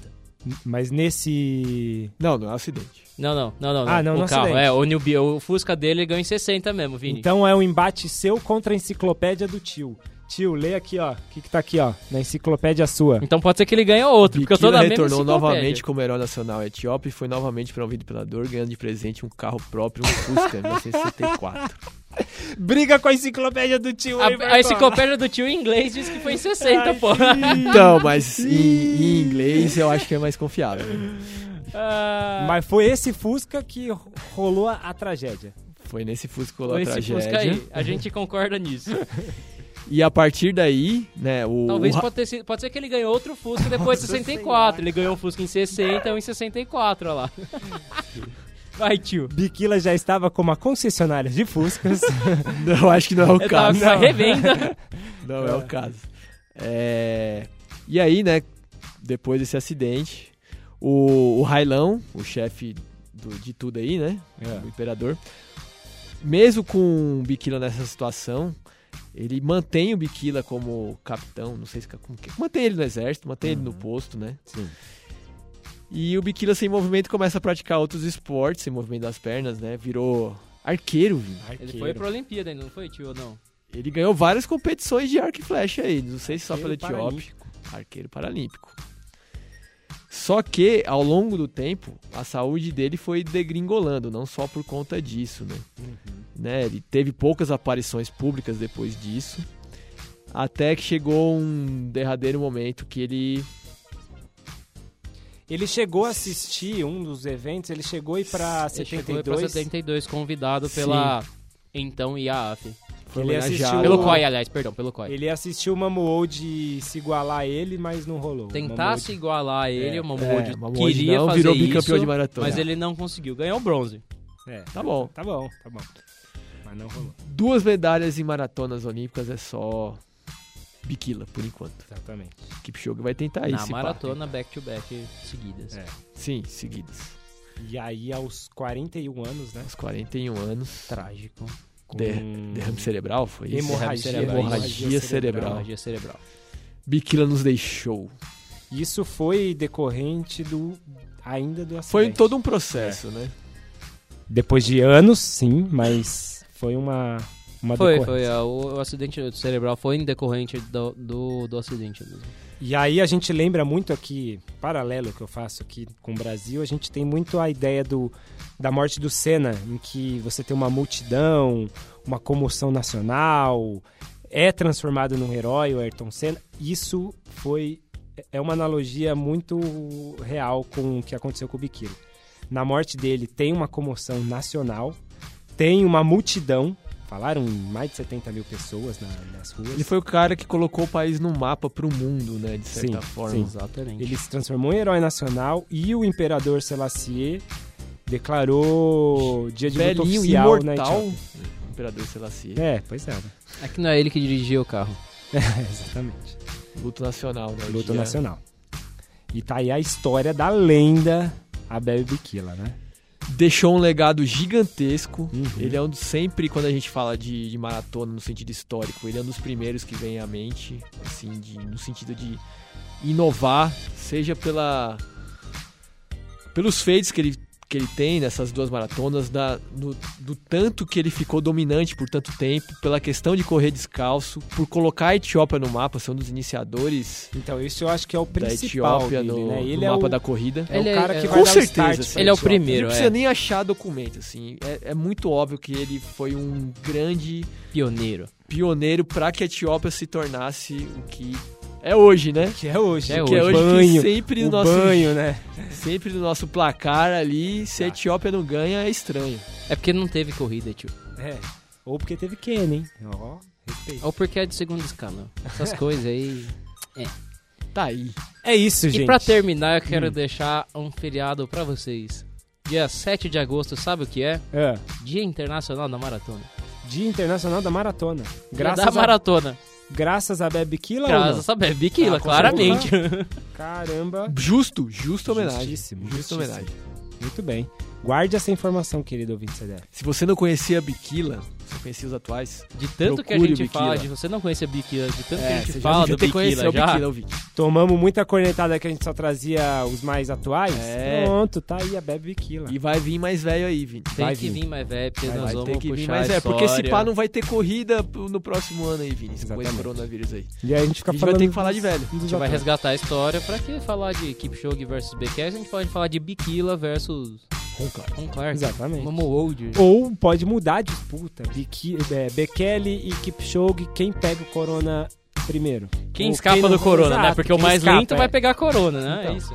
B: Mas nesse.
C: Não, não é um acidente.
D: Não, não, não, não.
B: Ah, não,
D: o
B: no
D: carro,
B: acidente.
D: é, o, New Be- o Fusca dele ele ganhou em 60 mesmo, Vini.
B: Então é um embate seu contra a enciclopédia do tio. Tio, lê aqui, ó. O que, que tá aqui, ó? Na enciclopédia
D: (laughs)
B: sua.
D: Então pode ser que ele ganhe outro, porque eu tô
C: Bikila
D: na mesma
C: retornou
D: enciclopédia.
C: novamente como herói nacional etíope e foi novamente promovido pela dor, ganhando de presente um carro próprio, um
D: (laughs)
C: Fusca, em 1964.
B: Briga com a enciclopédia do tio, hein,
D: A,
B: Barbosa?
D: a enciclopédia do tio em inglês diz que foi em 60, pô.
C: Então, mas em, em inglês eu acho que é mais confiável. né?
D: Ah,
B: Mas foi esse Fusca que rolou a, a tragédia.
C: Foi nesse Fusca que rolou
D: foi
C: a
D: esse Fusca
C: tragédia.
D: aí. A gente concorda nisso.
C: E a partir daí, né, (laughs) o...
D: Talvez
C: o ra-
D: pode, ter sido- pode ser que ele ganhou outro Fusca depois de 64. Ele ganhou um Fusca em 60 ou em
C: (laughs)
D: 64, olha lá. Vai, tio.
B: Biquila já estava como a concessionária de Fuscas.
C: (laughs) Não, acho que não é o
D: Eu
C: caso.
D: tava com
C: (laughs)
D: a revenda.
C: Não é o caso. É, E aí, né, depois desse acidente, o, o Railão, o chefe do- de tudo aí, né,
B: É.
C: o imperador, mesmo com o Biquila nessa situação, ele mantém o Biquila como capitão, não sei se como que, mantém ele no exército, mantém ele no posto, né?
B: Sim.
C: E o Biquila sem movimento começa a praticar outros esportes, sem movimento das pernas, né? Virou arqueiro, Vini.
D: Ele foi pra Olimpíada ainda, não foi, tio, ou não?
C: Ele ganhou várias competições de arco e flecha aí, não sei se só pela
B: Arqueiro
C: Etiópia. Arqueiro paralímpico. Só que, ao longo do tempo, a saúde dele foi degringolando, não só por conta disso, né?
D: Uhum.
C: Né, Ele teve poucas aparições públicas depois disso, até que chegou um derradeiro momento que ele
B: Ele chegou a assistir um dos eventos, ele chegou e pra
D: Ele chegou pra
B: 72.
D: 72, convidado pela então IAAF.
C: foi
B: Ele assistiu
C: homenageado.
D: Pelo
B: o-
D: COI, aliás, perdão, pelo COI.
B: Ele assistiu o Mamuou de se igualar a ele, mas não rolou.
D: Tentar se igualar a ele,
B: É,
D: o Mamoud
C: é, Mamoud
D: queria
C: não,
D: fazer
C: virou
D: isso,
C: bicampeão de maratona.
D: mas ele não conseguiu. Ganhou o bronze.
B: É,
C: Tá bom.
B: tá bom, tá bom. Mas não rolou.
C: Duas medalhas em maratonas olímpicas é só Biquila, por enquanto.
B: Exatamente.
C: Kipchoge vai tentar isso.
D: Na maratona, back-to-back seguidas.
B: É.
C: Sim, seguidas.
B: E aí, aos 41 anos, né?
C: aos 41 anos,
D: Trágico.
B: Com
C: De- derrame cerebral, foi isso?
B: Hemorragia,
C: cerebral.
B: hemorragia
C: Hemorragia
B: cerebral.
C: cerebral.
D: Hemorragia cerebral.
C: Biquila nos deixou.
B: Isso foi decorrente do. Ainda do acidente.
C: Foi todo um processo, né?
B: Depois de anos, sim, mas foi uma. uma
D: Foi,
B: decorrência.
D: foi. ah, O, o acidente cerebral foi em decorrente do, do, do acidente mesmo.
B: E aí a gente lembra muito aqui, paralelo que eu faço aqui com o Brasil, a gente tem muito a ideia do, da morte do Senna, em que você tem uma multidão, uma comoção nacional, é transformado num herói o Ayrton Senna. Isso foi é uma analogia muito real com o que aconteceu com o Biquíni. Na morte dele tem uma comoção nacional, tem uma multidão, falaram em mais de 70 mil pessoas na- nas ruas.
C: Ele foi o cara que colocou o país no mapa pro mundo, né? De certa
B: Sim,
C: forma.
D: Exatamente.
B: Ele se transformou em herói nacional e o imperador Selassie declarou dia de luto
C: Belinho,
B: oficial na
C: imortal.
B: Etiópia.
C: Imperador Selassie.
B: É, pois é. né?
D: É que não é ele que dirigia o carro.
B: É, (laughs) exatamente.
C: Luto nacional, né? O
B: Luto
C: dia-
B: nacional. E tá aí a história da lenda Abel Biquila, né?
C: Deixou um legado gigantesco.
B: Uhum.
C: Ele é um dos sempre, quando a gente fala de, de maratona no sentido histórico, ele é um dos primeiros que vem à mente, assim, de- no sentido de inovar, seja pela pelos feitos que ele, que ele tem nessas duas maratonas, da, no- do tanto que ele ficou dominante por tanto tempo, pela questão de correr descalço, por colocar a Etiópia no mapa, ser um dos iniciadores
B: Então isso eu acho que é o
C: da
B: principal
C: Etiópia
B: dele,
C: no,
B: né?
C: no
B: Ele é
C: mapa
B: o,
C: da corrida.
B: é o
D: Ele é-
B: cara que
D: é-
B: vai
C: Com
B: dar
C: certeza,
B: o start pra
D: Ele é o
B: Etiópia.
C: Ele
D: primeiro,
C: não precisa
D: é.
C: nem achar documento, assim. É, é muito óbvio que ele foi um grande
D: Pioneiro.
C: pioneiro para que a Etiópia se tornasse o que É hoje, né?
B: Que é hoje.
D: Que é
C: Que é
D: hoje.
C: hoje que
B: Banho,
C: sempre
B: o
C: no nosso
B: banho, né?
C: sempre no nosso placar ali, se a
D: Tá.
C: Etiópia não ganha é estranho.
D: É porque não teve corrida, tio.
B: É. Ou porque teve Kenny, hein? Ó, respeito.
D: Ou porque é de segundo escalão. Essas coisas aí.
C: Tá aí.
B: É isso, gente.
D: E pra terminar, eu quero deixar um feriado pra vocês. Dia 7 de agosto, sabe o que é?
B: É.
D: Dia Internacional da Maratona.
B: Dia Internacional da Maratona.
D: Dia da
B: Graças, a,
D: Maratona.
B: graças a Bebe Kila ou não?
D: Graças a Bebe Quila,
B: Ah, com
D: claramente.
B: (laughs) Caramba.
C: Justo, justa homenagem.
B: Justíssimo,
C: Justa
B: justíssimo.
C: homenagem.
B: Muito bem. Guarde essa informação, querido ouvinte CDF.
C: Se você não conhecia a Biquila, você conhecia os atuais.
D: De tanto que a
C: Procure o
D: gente fala,
C: Biquila. É,
D: de você não conhecer Biquila, de tanto que a
C: você
D: gente
C: já
D: É, fala
C: devia
D: do
C: ter conhecido
D: Biquila já.
C: o Biquila, o Vicky.
B: Tomamos muita cornetada que a gente só trazia os mais atuais.
C: É.
B: Pronto, tá aí a Bebe Kila.
C: E vai vir mais velho aí, Vini.
D: Tem
B: Vai
D: que
B: vir.
D: vir mais velho, porque
C: Vai
D: nós
C: vai
D: vamos
C: ter que
D: puxar
C: vir mais
D: a
C: velho. Porque esse
D: história.
C: pá não vai ter corrida pro- no próximo ano aí, Vini. Com
B: Exatamente.
C: esse coronavírus aí.
B: E, aí a gente fica
C: A gente vai
B: falando.
C: ter que falar
B: dos-
C: de velho.
B: dos
D: A gente vai
B: atuais.
D: resgatar a história pra que falar de Kipchoge versus BKS, a gente pode falar de Biquila versus
C: Conclaro.
D: Conclark.
B: Exatamente.
D: Momo Old.
B: Ou pode mudar a disputa. Biki- é, Bekele e Kipchoge, quem pega o corona primeiro?
D: Quem
B: Ou
D: escapa
B: não-
D: do corona, né?
B: Exato,
D: Porque o
B: quem
D: mais
B: escapa,
D: lento
B: é.
D: vai pegar a corona, né?
B: Então.
D: É isso.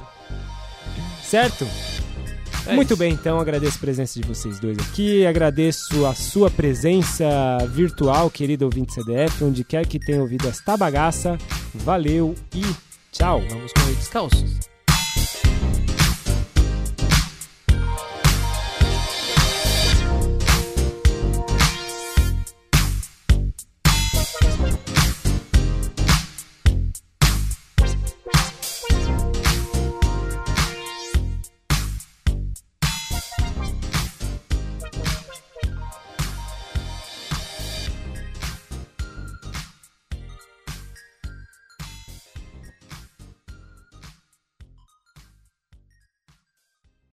B: Certo?
D: É
B: Muito
D: isso.
B: bem, então agradeço a presença de vocês dois aqui, agradeço a sua presença virtual, querido ouvinte CDF, onde quer que tenha ouvido esta bagaça. Valeu e tchau!
D: Vamos correr descalços.